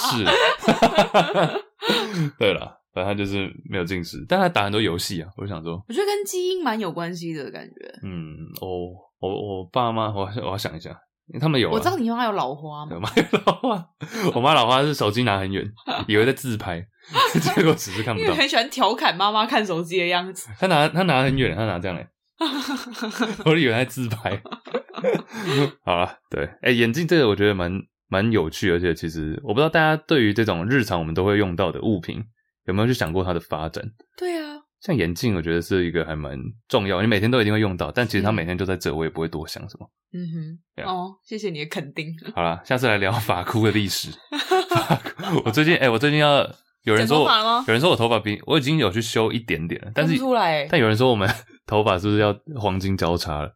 Speaker 1: 是。 对了，反正他就是没有近视，但他打很多游戏啊，我就想说，
Speaker 2: 我觉得跟基因蛮有关系的感觉。
Speaker 1: 嗯，我我我爸妈，我我要想一下，因为他们有、啊，
Speaker 2: 我知道你妈有老花嘛，
Speaker 1: 我妈有老花，我妈老花是手机拿很远，以为在自拍， 结果只是 看不
Speaker 2: 因为
Speaker 1: 到
Speaker 2: 你。很喜欢调侃妈妈看手机的样子。
Speaker 1: 他拿他拿很远，他拿这样来，我以为他在自拍。 好了，对，哎、眼镜这个我觉得蛮蛮有趣，而且其实我不知道大家对于这种日常我们都会用到的物品有没有去想过它的发展。
Speaker 2: 对啊，
Speaker 1: 像眼镜，我觉得是一个还蛮重要，你每天都一定会用到，但其实它
Speaker 2: 嗯
Speaker 1: 每天就在这，我也不会多想什么。
Speaker 2: 嗯哼
Speaker 1: Yeah
Speaker 2: 哦，谢谢你的肯定。
Speaker 1: 好啦，下次来聊法箍的历史。法箍，我最近哎、我最近要有人说
Speaker 2: 剪头发了
Speaker 1: 我
Speaker 2: 吗
Speaker 1: 有人说我头发比我已经有去修一点点了， 但是
Speaker 2: 看不出来欸
Speaker 1: 但有人说我们头发是不是要黄金交叉了？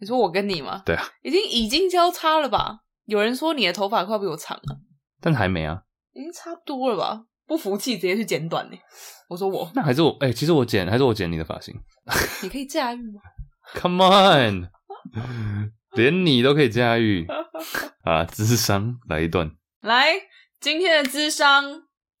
Speaker 2: 你说我跟你吗？
Speaker 1: 对啊，
Speaker 2: 已经已经交叉了吧？有人说你的头发快比我长了，
Speaker 1: 但还没啊。
Speaker 2: 已经差不多了吧？不服气，直接去剪短呢、我说 我，
Speaker 1: 那还是我哎、其实我剪还是我剪你的发型。
Speaker 2: 你可以驾驭吗？
Speaker 1: Come on，连你都可以驾驭 啊！智商来一段，
Speaker 2: 来，今天的智商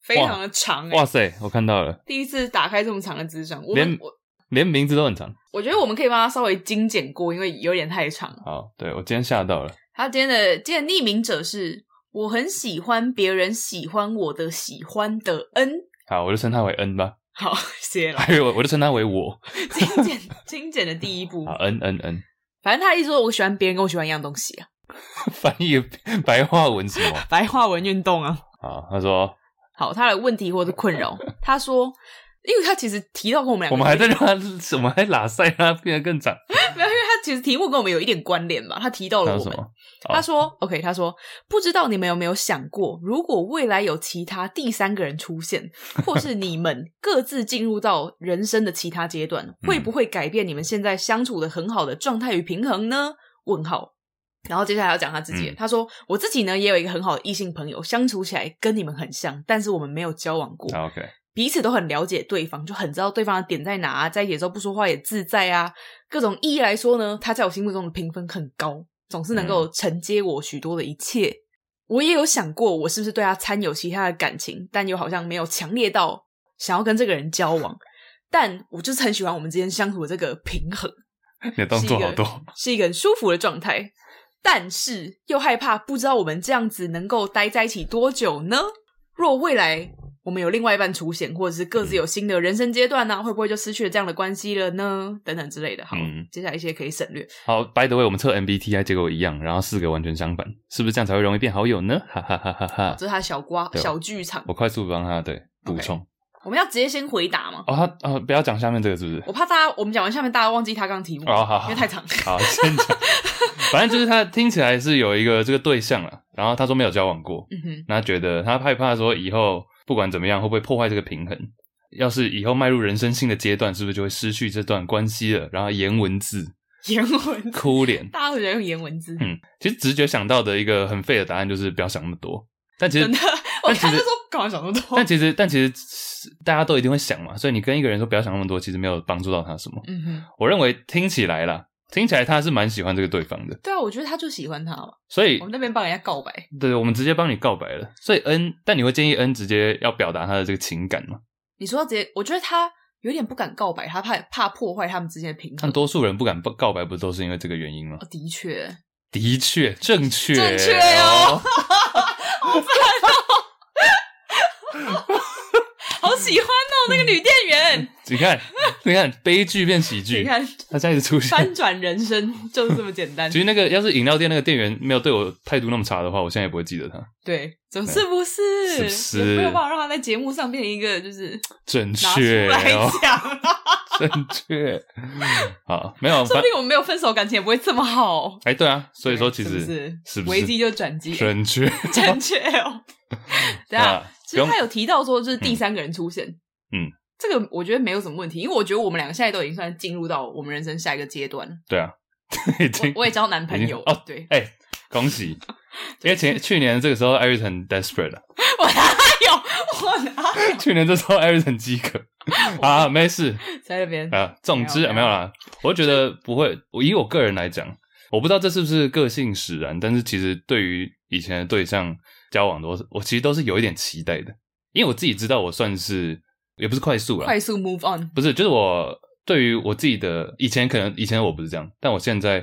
Speaker 2: 非常的长、欸，
Speaker 1: 哇塞，我看到了，
Speaker 2: 第一次打开这么长的智商，我
Speaker 1: 连
Speaker 2: 们我
Speaker 1: 连名字都很长。
Speaker 2: 我觉得我们可以帮他稍微精简过，因为有点太长了。
Speaker 1: 好，对我今天吓到了，
Speaker 2: 他今天的今天的匿名者是我很喜欢别人喜欢我的喜欢的恩。
Speaker 1: 好，我就称他为 N 吧，
Speaker 2: 好，谢了。
Speaker 1: 还有我就称他为我，
Speaker 2: 精简精简的第一步
Speaker 1: 好，N N N，
Speaker 2: 反正他的意思说我喜欢别人跟我喜欢一样东西啊，
Speaker 1: 翻译白话文什么？
Speaker 2: 白话文运动啊。
Speaker 1: 啊，他说
Speaker 2: 好，他的问题或者困扰，他说，因为他其实提到跟我们两个，哦
Speaker 1: 我们还在让他，我们还拉塞他变得更长，
Speaker 2: 没有，因为他其实题目跟我们有一点关联吧，他提到
Speaker 1: 还
Speaker 2: 了
Speaker 1: 有
Speaker 2: 我
Speaker 1: 什
Speaker 2: 们。
Speaker 1: 么？好
Speaker 2: 他说：“OK，他说不知道你们有没有想过，如果未来有其他第三个人出现，或是你们各自进入到人生的其他阶段，会不会改变你们现在相处的很好的状态与平衡呢？”问号。然后接下来要讲他自己了，
Speaker 1: 嗯
Speaker 2: 他说：“我自己呢也有一个很好的异性朋友，相处起来跟你们很像，但是我们没有交往过。
Speaker 1: 好 OK，
Speaker 2: 彼此都很了解对方，就很知道对方的点在哪、啊，在一起的时候不说话也自在啊。各种意义来说呢，他在我心目中的评分很高，总是能够承接我许多的一切。我也有想过，我是不是对他掺有其他的感情，但又好像没有强烈到想要跟这个人交往。但我就是很喜欢我们之间相处的这个平衡，
Speaker 1: 你的动作好多，
Speaker 2: 是一个很舒服的状态。但是又害怕不知道我们这样子能够待在一起多久呢？若未来我们有另外一半出现，或者是各自有新的人生阶段呢、啊会不会就失去了这样的关系了呢？等等之类的。好，
Speaker 1: 嗯
Speaker 2: 接下来一些可以省略。
Speaker 1: 好，by the way，我们测 MBTI 结果一样，然后四个完全相反，是不是这样才会容易变好友呢？哈哈哈哈哈！
Speaker 2: 这是他的小瓜
Speaker 1: 对
Speaker 2: 小剧场，
Speaker 1: 我快速帮他对补
Speaker 2: OK
Speaker 1: 充
Speaker 2: 我们要直接先回答吗？
Speaker 1: 哦，他哦不要讲下面这个是不是
Speaker 2: 我？怕大家我们讲完下面大家忘记他刚刚题目，
Speaker 1: 哦好好
Speaker 2: 因为太长。
Speaker 1: 好，先讲，反正就是他听起来是有一个这个对象了，然后他说没有交往过，
Speaker 2: 嗯哼，
Speaker 1: 那他觉得他害怕说以后不管怎么样会不会破坏这个平衡，要是以后迈入人生新的阶段，是不是就会失去这段关系了？然后颜文字
Speaker 2: 言文字，
Speaker 1: 哭脸，
Speaker 2: 大家会觉得用言文字，
Speaker 1: 嗯，其实直觉想到的一个很废的答案就是不要想那么多，但其实
Speaker 2: 真的。我
Speaker 1: 但其
Speaker 2: 看
Speaker 1: 实
Speaker 2: 就说干嘛想那么多
Speaker 1: 但。其实，但其实大家都一定会想嘛，所以你跟一个人说不要想那么多，其实没有帮助到他什么。
Speaker 2: 嗯哼，
Speaker 1: 我认为听起来啦，听起来他是蛮喜欢这个对方的，
Speaker 2: 对啊，我觉得他就喜欢他嘛。
Speaker 1: 所以
Speaker 2: 我们那边帮人家告白，
Speaker 1: 对，我们直接帮你告白了。所以 N，但你会建议 N 直接要表达他的这个情感吗？
Speaker 2: 你说直接，我觉得他有点不敢告白，他怕怕破坏他们之间的平衡
Speaker 1: 但。多数人不敢告白，不都是因为这个原因吗？
Speaker 2: 哦的确，
Speaker 1: 的确，正确，
Speaker 2: 正确哦，好喜欢哦，那
Speaker 1: 嗯
Speaker 2: 个女店员，
Speaker 1: 你看， 你看，悲剧变喜剧，
Speaker 2: 你看
Speaker 1: 他这样一直出
Speaker 2: 翻
Speaker 1: 现。
Speaker 2: 转人生就是这么简单
Speaker 1: 其。实那个要是饮料店那个店员没有对我态度那么差的话，我现在也不会记得他。
Speaker 2: 对，总是不
Speaker 1: 是
Speaker 2: 是？
Speaker 1: 不嗯是
Speaker 2: 有没有办法让他在节目上变成一个就是
Speaker 1: 正
Speaker 2: 拿出
Speaker 1: 确
Speaker 2: 来
Speaker 1: 哦，
Speaker 2: 讲？
Speaker 1: 正确。好，没有，
Speaker 2: 说
Speaker 1: 反
Speaker 2: 不定我们没有分手，感情也不会这么好。
Speaker 1: 哎，对啊，所以说其实
Speaker 2: 是不是
Speaker 1: 是不
Speaker 2: 危机就转机？
Speaker 1: 正确。
Speaker 2: 正确 哦。对啊，
Speaker 1: 啊，不
Speaker 2: 其实
Speaker 1: 用
Speaker 2: 他有提到说，就是第三个人出现，
Speaker 1: 嗯，
Speaker 2: 这个我觉得没有什么问题，因为我觉得我们两个现在都已经算进入到我们人生下一个阶段了。
Speaker 1: 对 啊，已经
Speaker 2: 我我也交男朋友
Speaker 1: 已经哦
Speaker 2: 了，对，
Speaker 1: 哎，恭喜！因为前去年这个时候，艾瑞很 desperate 了。
Speaker 2: 我哪有，我哪有
Speaker 1: 去年这时候，艾瑞很饥 渴啊，没事，
Speaker 2: 在那边？
Speaker 1: 啊，总之
Speaker 2: 没
Speaker 1: 啊
Speaker 2: 有
Speaker 1: 没有啦，我觉得不会。我以我个人来讲，我不知道这是不是个性使然，但是其实对于以前的对象交往都是，我其实都是有一点期待的，因为我自己知道我算是也不是快速啦，
Speaker 2: 快速 move on，
Speaker 1: 不是就是我对于我自己的以前可能以前我不是这样，但我现在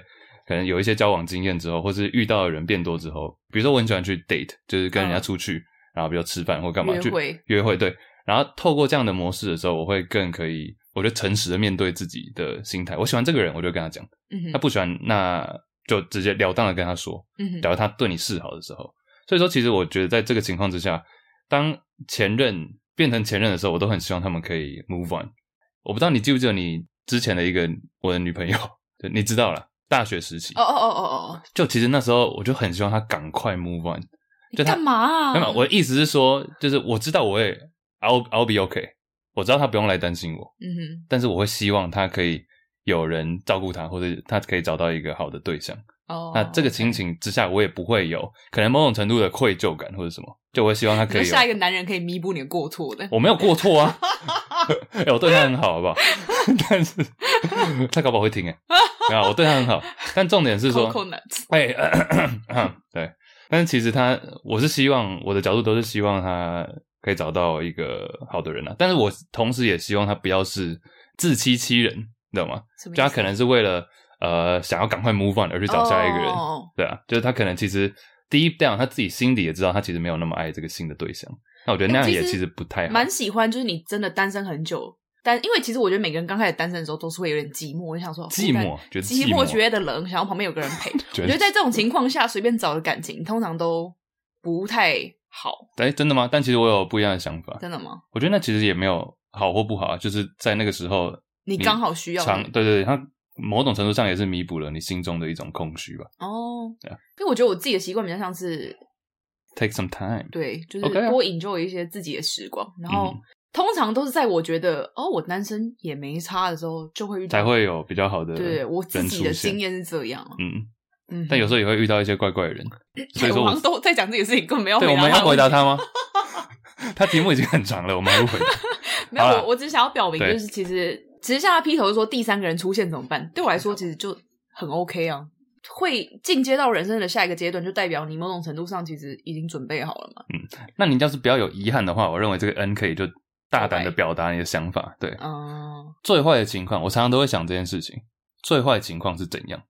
Speaker 1: 可能有一些交往经验之后，或是遇到的人变多之后，比如说我很喜欢去 date，就是跟人家
Speaker 2: 嗯
Speaker 1: 出去，然后比如吃饭或干嘛
Speaker 2: 约
Speaker 1: 去
Speaker 2: 会
Speaker 1: 约会，对。然后透过这样的模式的时候，我会更可以，我觉得诚实的面对自己的心态。我喜欢这个人，我就跟他讲；
Speaker 2: 嗯
Speaker 1: 他
Speaker 2: 哼，
Speaker 1: 不喜欢，那就直截了当的跟他说。
Speaker 2: 嗯哼，
Speaker 1: 假如他对你示好的时候，所以说其实我觉得在这个情况之下，当前任变成前任的时候，我都很希望他们可以 move on。我不知道你记不记得你之前的一个我的女朋友，就你知道了，大学时期，
Speaker 2: 哦哦哦哦哦
Speaker 1: 就其实那时候我就很希望她赶快 move on。
Speaker 2: 你
Speaker 1: 就他
Speaker 2: 干嘛啊？
Speaker 1: 没有，我的意思是说，就是我知道我会，I'll I'll be okay，我知道她不用来担心我，
Speaker 2: 嗯哼
Speaker 1: 但是我会希望她可以有人照顾她，或者她可以找到一个好的对象。，
Speaker 2: 哦，
Speaker 1: 那这个情形之下，我也不会有可能某种程度的愧疚感或者什么，就我会希望他
Speaker 2: 你
Speaker 1: 可
Speaker 2: 说
Speaker 1: 以有。哦
Speaker 2: 下一个男人可以弥补你的过错的，
Speaker 1: 我没有过错 啊，哎、我对他很好，好 不好？但是他搞不好会听哎、啊，我对他很好，但重点是 说，
Speaker 2: coconut，
Speaker 1: 哎、 咳咳咳对，但是其实他，我是希望我的角度都是希望他可以找到一个好的人啊，但是我同时也希望他不要是自欺欺人，你知道吗？
Speaker 2: 什么意思
Speaker 1: 就他可能是为了呃想要赶快 move on 而去找下一个人，
Speaker 2: 哦
Speaker 1: 对啊，就是他可能其实 deep down 他自己心里也知道，他其实没有那么爱这个新的对象。那我觉得那样也其实不太好。
Speaker 2: 蛮喜欢，就是你真的单身很久，但因为其实我觉得每个人刚开始单身的时候都是会有点寂寞，我就想说
Speaker 1: 寂寞
Speaker 2: 忽然
Speaker 1: 觉得
Speaker 2: 寂
Speaker 1: 寂寞
Speaker 2: 觉得冷，想要旁边有个人陪。
Speaker 1: 觉得
Speaker 2: 我觉得在这种情况下，随便找的感情通常都不太好，
Speaker 1: 哎、真的吗？但其实我有不一样的想法。
Speaker 2: 真的吗？
Speaker 1: 我觉得那其实也没有好或不好啊，就是在那个时候
Speaker 2: 你刚好需要
Speaker 1: 长对对对，它某种程度上也是弥补了你心中的一种空虚吧。
Speaker 2: 哦
Speaker 1: 对啊，
Speaker 2: 因为我觉得我自己的习惯比较像是
Speaker 1: Take some time，
Speaker 2: 对，就是
Speaker 1: OK 啊
Speaker 2: 多 enjoy 一些自己的时光，然后
Speaker 1: 嗯。
Speaker 2: 通常都是在我觉得哦，我单身也没差的时候，就会遇到
Speaker 1: 才会有比较好的
Speaker 2: 对我自
Speaker 1: 人
Speaker 2: 己
Speaker 1: 出
Speaker 2: 的
Speaker 1: 现
Speaker 2: 经。验是这样啊。
Speaker 1: 嗯，
Speaker 2: 嗯哼，
Speaker 1: 但有时候也会遇到一些怪怪 的人，所以说
Speaker 2: 哎我
Speaker 1: 我
Speaker 2: 好像都在讲自己的事情，根本没有
Speaker 1: 对，我
Speaker 2: 答
Speaker 1: 们
Speaker 2: 他
Speaker 1: 要
Speaker 2: 的问
Speaker 1: 回
Speaker 2: 题
Speaker 1: 答他 吗？他题目已经很长了，我们还不回答。
Speaker 2: 没有，
Speaker 1: 好啦
Speaker 2: 我我只想要表明，
Speaker 1: 对
Speaker 2: 就是其实其实像他劈头说第三个人出现怎么办？对我来说，其实就很 OK 啊。会进阶到人生的下一个阶段，就代表你某种程度上其实已经准备好了嘛。
Speaker 1: 那你要是不要有遗憾的话，我认为这个 N 可以就大胆的表达你的想法。对，
Speaker 2: 嗯，
Speaker 1: 最坏的情况，我常常都会想这件事情。最坏的情况是怎样？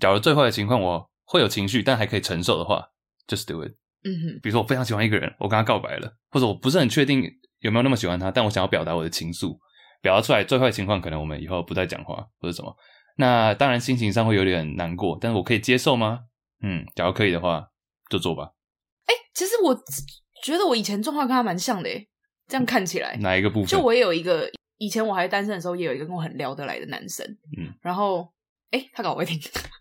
Speaker 1: 假如最坏的情况我会有情绪，但还可以承受的话，just do it。
Speaker 2: 嗯哼，
Speaker 1: 比如说我非常喜欢一个人，我跟他告白了，或者我不是很确定有没有那么喜欢他，但我想要表达我的情愫，表达出来。最坏的情况可能我们以后不再讲话或者什么。那当然心情上会有点难过，但是我可以接受吗？嗯，假如可以的话，就做吧。
Speaker 2: 哎、其实我觉得我以前状况跟他蛮像的耶，这样看起来，
Speaker 1: 哪一个部分？
Speaker 2: 哎就我也有一个，以前我还单身的时候，也有一个跟我很聊得来的男生，
Speaker 1: 嗯，
Speaker 2: 然后哎、他搞我会听，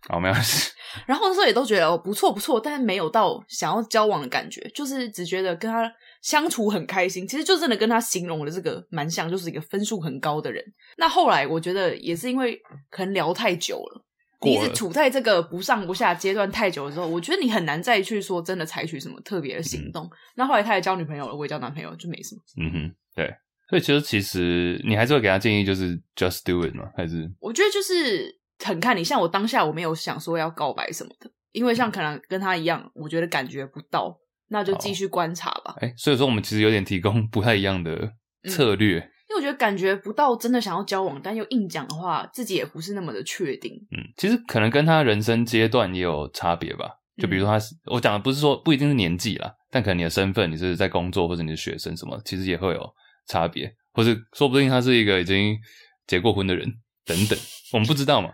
Speaker 1: 好，没关系。
Speaker 2: 然后那时候也都觉得哦不错不错，但没有到想要交往的感觉，就是只觉得跟他相处很开心。其实就真的跟他形容的这个蛮像，就是一个分数很高的人。那后来我觉得也是因为可能聊太久了，你一
Speaker 1: 过
Speaker 2: 直
Speaker 1: 了
Speaker 2: 处在这个不上不下阶段太久的时候，我觉得你很难再去说真的采取什么特别的行动。那后来他也交女朋友了，我也交男朋友，就没什么。
Speaker 1: 嗯哼，对。所以其实其实你还是会给他建议，就是 just do it 吗？还是
Speaker 2: 我觉得就是很看你，像我当下我没有想说要告白什么的，因为像
Speaker 1: 嗯
Speaker 2: 可能跟他一样，我觉得
Speaker 1: 哦
Speaker 2: 感觉不到，那就继续观察吧。
Speaker 1: 哎，所以说我们其实有点提供不太一样的策略。
Speaker 2: 因为我觉得感觉不到真的想要交往，但又硬讲的话，自己也不是那么的确定。
Speaker 1: 嗯，其实可能跟他人生阶段也有差别吧。就
Speaker 2: 嗯
Speaker 1: 比如说他是，我讲的不是说不一定是年纪啦，但可能你的身份，你是在工作或者你是学生什么，其实也会有差别，或者说不定他是一个已经结过婚的人等等，我们不知道嘛。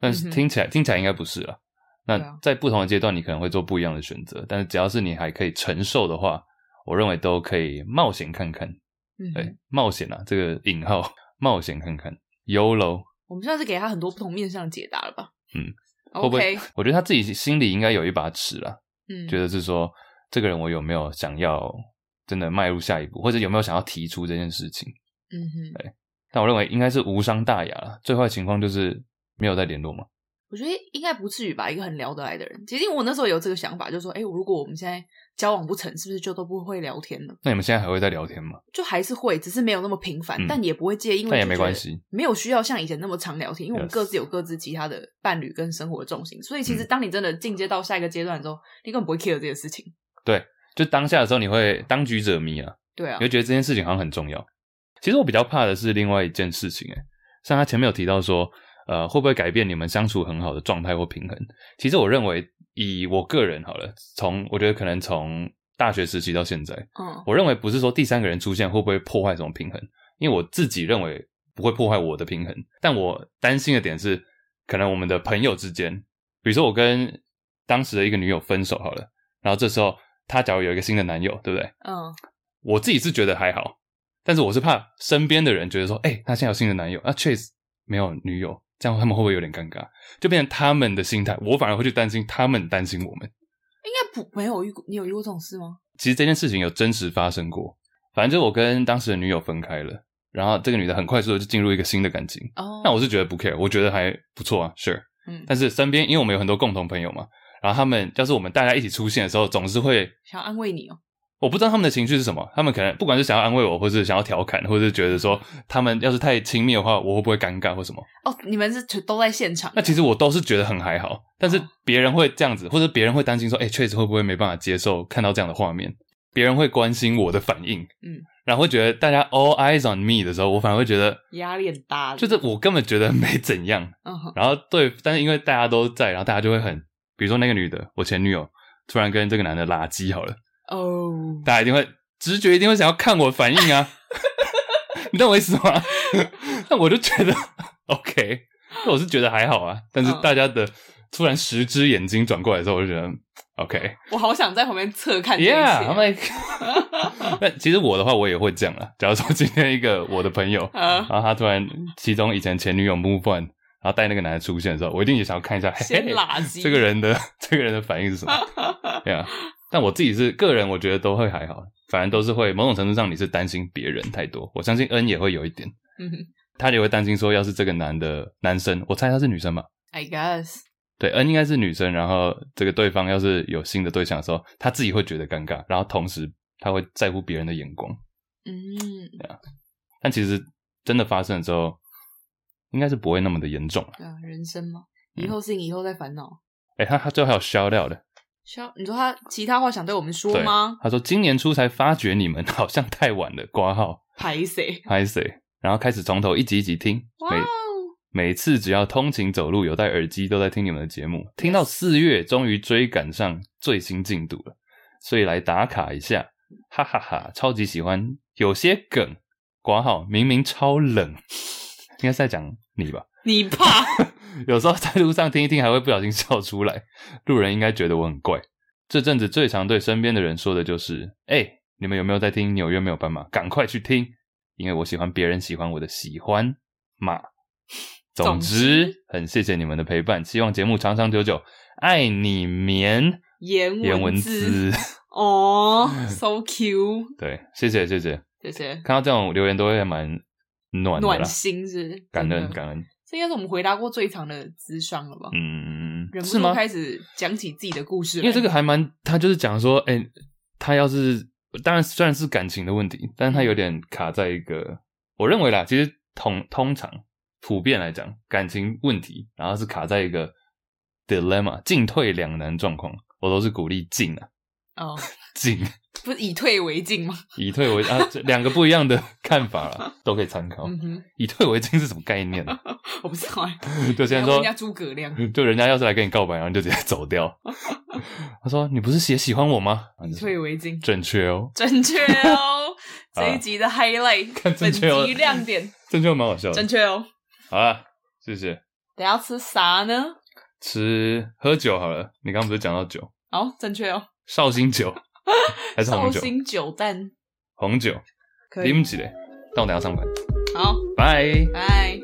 Speaker 1: 但是
Speaker 2: 嗯哼
Speaker 1: 听起来、听起来应该不是啦。
Speaker 2: 对啊
Speaker 1: 那在不同的阶段，你可能会做不一样的选择，但是只要是你还可以承受的话，我认为都可以冒险看看。
Speaker 2: 嗯
Speaker 1: 对，
Speaker 2: 哼，
Speaker 1: 冒险啊，这个引号，冒险看看，YOLO。
Speaker 2: 我们算是给他很多不同面向的解答了吧？
Speaker 1: 嗯会不会
Speaker 2: ，OK，
Speaker 1: 我觉得他自己心里应该有一把尺啦，
Speaker 2: 嗯，
Speaker 1: 觉得是说这个人我有没有想要真的迈入下一步，或者有没有想要提出这件事情。
Speaker 2: 嗯哼，
Speaker 1: 哎但我认为应该是无伤大雅啦，最坏情况就是没有再联络嘛。
Speaker 2: 我觉得应该不至于吧，一个很聊得来的人。其实我那时候有这个想法，就是说，哎、如果我们现在交往不成，是不是就都不会聊天了？
Speaker 1: 那你们现在还会再聊天吗？
Speaker 2: 就还是会，只是没有那么频繁，
Speaker 1: 嗯
Speaker 2: 但也不会介意，因为
Speaker 1: 但也
Speaker 2: 就
Speaker 1: 没
Speaker 2: 觉得
Speaker 1: 关系，
Speaker 2: 没有需要像以前那么常聊天，因为我们
Speaker 1: Yes 嗯
Speaker 2: 各自有各自其他的伴侣跟生活的重心，所以其实当你真的进阶到下一个阶段的时候，你根本不会 care 这件事情。
Speaker 1: 就当下的时候你会当局者迷啊，
Speaker 2: 对啊
Speaker 1: 你，会觉得这件事情好像很重要。其实我比较怕的是另外一件事情、欸，像他前面有提到说，呃，会不会改变你们相处很好的状态或平衡？其实我认为，以我个人好了，从我觉得可能从大学时期到现在，
Speaker 2: 嗯
Speaker 1: 我认为不是说第三个人出现会不会破坏什么平衡，因为我自己认为不会破坏我的平衡，但我担心的点是，可能我们的朋友之间，比如说我跟当时的一个女友分手好了，然后这时候她假如有一个新的男友，对不对？
Speaker 2: 嗯，
Speaker 1: 我自己是觉得还好，但是我是怕身边的人觉得说，哎、她现在有新的男友，那、Chase 没有女友，这样他们会不会有点尴尬？就变成他们的心态，我反而会去担心他们担心我们。
Speaker 2: 应该不没有遇过，你有遇过这种事吗？
Speaker 1: 其实这件事情有真实发生过。反正就是我跟当时的女友分开了，然后这个女的很快速的就进入一个新的感情。
Speaker 2: 哦，
Speaker 1: 那我是觉得不 care，我觉得还不错啊，sure。
Speaker 2: 嗯，
Speaker 1: 但是身边因为我们有很多共同朋友嘛，然后他们要是我们大家一起出现的时候，总是会
Speaker 2: 想要安慰你哦，
Speaker 1: 我不知道他们的情绪是什么，他们可能不管是想要安慰我，或是想要调侃，或是觉得说他们要是太亲密的话，我会不会尴尬或什么？
Speaker 2: 哦，你们是都在现场，
Speaker 1: 那其实我都是觉得很还好，但是
Speaker 2: 哦
Speaker 1: 别人会这样子，或者别人会担心说，哎、确实会不会没办法接受看到这样的画面？别人会关心我的反应，
Speaker 2: 嗯，
Speaker 1: 然后会觉得大家 all eyes on me 的时候，我反而会觉得，
Speaker 2: 压力很大，
Speaker 1: 就是，我根本觉得没怎样。
Speaker 2: 嗯哼，
Speaker 1: 然后对，但是因为大家都在，然后大家就会很，比如说那个女的，我前女友突然跟这个男的拉鸡好了，
Speaker 2: 哦，
Speaker 1: 大家一定会直觉一定会想要看我反应 啊，你懂我意思吗？ 那我就觉得 OK，我是觉得还好啊，但是
Speaker 2: 嗯
Speaker 1: 大家的突然十只眼睛转过来的时候，我就觉得 OK，
Speaker 2: 我好想在旁边侧看这一切哦
Speaker 1: Yeah，I'm like，那其实我的话，我也会这样啊。假如说今天一个我的朋友，
Speaker 2: 啊，
Speaker 1: 然后他突然其中以前前女友 move on，然后带那个男的出现的时候，我一定也想要看一下，嘿
Speaker 2: 先
Speaker 1: 嘿，
Speaker 2: 垃圾
Speaker 1: 这个人的 这个人的反应是什么？对啊，但我自己是个人，我觉得都会还好，反正都是会某种程度上你是担心别人太多，我相信恩也会有一点，
Speaker 2: 嗯哼
Speaker 1: 他也会担心说，要是这个男的男生，我猜他是女生吧。
Speaker 2: ，I guess，
Speaker 1: 对，恩应该是女生，然后这个对方要是有新的对象的时候，他自己会觉得尴尬，然后同时他会在乎别人的眼光。
Speaker 2: 嗯，
Speaker 1: 但其实真的发生了之后，应该是不会那么的严重。
Speaker 2: 对啊，人生嘛，
Speaker 1: 嗯
Speaker 2: 以后事情以后再烦恼。
Speaker 1: 哎，他他最后还有 shout out 的，
Speaker 2: 需要你说他其他话想对我们说
Speaker 1: 对
Speaker 2: 吗？，
Speaker 1: 他说今年初才发觉你们好像太晚了，挂号
Speaker 2: 排谁？
Speaker 1: 拍谁，然后开始从头一集一集听，
Speaker 2: 哇
Speaker 1: 每
Speaker 2: 哦，
Speaker 1: 每次只要通勤走路有戴耳机，都在听你们的节目，听到四月终于追赶上最新进度了，所以来打卡一下，哈哈哈超级喜欢，有些梗，挂号明明超冷， 应该是在讲你吧？
Speaker 2: 你怕？
Speaker 1: 有时候在路上听一听，还会不小心笑出来，路人应该觉得我很怪。这阵子最常对身边的人说的就是：“哎、你们有没有在听《纽约没有斑马》？赶快去听，因为我喜欢别人喜欢我的喜欢马。”总
Speaker 2: 总之
Speaker 1: 之，很谢谢你们的陪伴，希望节目长长久久。爱你绵
Speaker 2: 颜
Speaker 1: 颜文
Speaker 2: 字
Speaker 1: 字，
Speaker 2: 哦，so cute，
Speaker 1: 对，谢谢谢谢。
Speaker 2: 谢谢，
Speaker 1: 看到这种留言都会蛮暖的啦
Speaker 2: 暖心是不是
Speaker 1: 感
Speaker 2: 真
Speaker 1: 恩
Speaker 2: 的
Speaker 1: 感恩。
Speaker 2: 这应该是我们回答过最长的智商了吧？
Speaker 1: 嗯，
Speaker 2: 忍不
Speaker 1: 是
Speaker 2: 住
Speaker 1: 吗？
Speaker 2: 开始讲起自己的故事来，
Speaker 1: 因为这个还蛮，他就是讲说，哎、他要是当然虽然是感情的问题，但是他有点卡在一个，我认为啦，其实通通常普遍来讲，感情问题，然后是卡在一个 dilemma 进退两难状况，我都是鼓励进啊，
Speaker 2: 哦，
Speaker 1: 进，
Speaker 2: 不是以退为进吗？
Speaker 1: 以退为啊，这两个不一样的看法 啦，都可以参考。
Speaker 2: 嗯哼，
Speaker 1: 以退为进是什么概 念呢、
Speaker 2: 我不知道欸，
Speaker 1: 就现在
Speaker 2: 要问
Speaker 1: 说
Speaker 2: 人家诸葛亮，
Speaker 1: 就人家要是来跟你告白，然后你就直接走 掉。他说：“你不是也喜欢我吗？”然后你
Speaker 2: 以
Speaker 1: 就
Speaker 2: 退为进，
Speaker 1: 正确哦，
Speaker 2: 准确哦。这一 集的 highlight，
Speaker 1: 啊看
Speaker 2: 本
Speaker 1: 正确哦
Speaker 2: 集，亮点，
Speaker 1: 正确哦蛮好笑的
Speaker 2: 准。确哦。
Speaker 1: 好啦，谢谢。
Speaker 2: 等一下要吃啥呢？
Speaker 1: 吃喝酒好了，你刚刚不是讲到酒，
Speaker 2: 好，正确哦。
Speaker 1: 绍兴 酒还是
Speaker 2: 绍
Speaker 1: 红酒？
Speaker 2: 兴酒蛋
Speaker 1: 红酒，
Speaker 2: 可以
Speaker 1: 啉。起来。但我等一下上班，
Speaker 2: 好，
Speaker 1: 拜。
Speaker 2: 拜。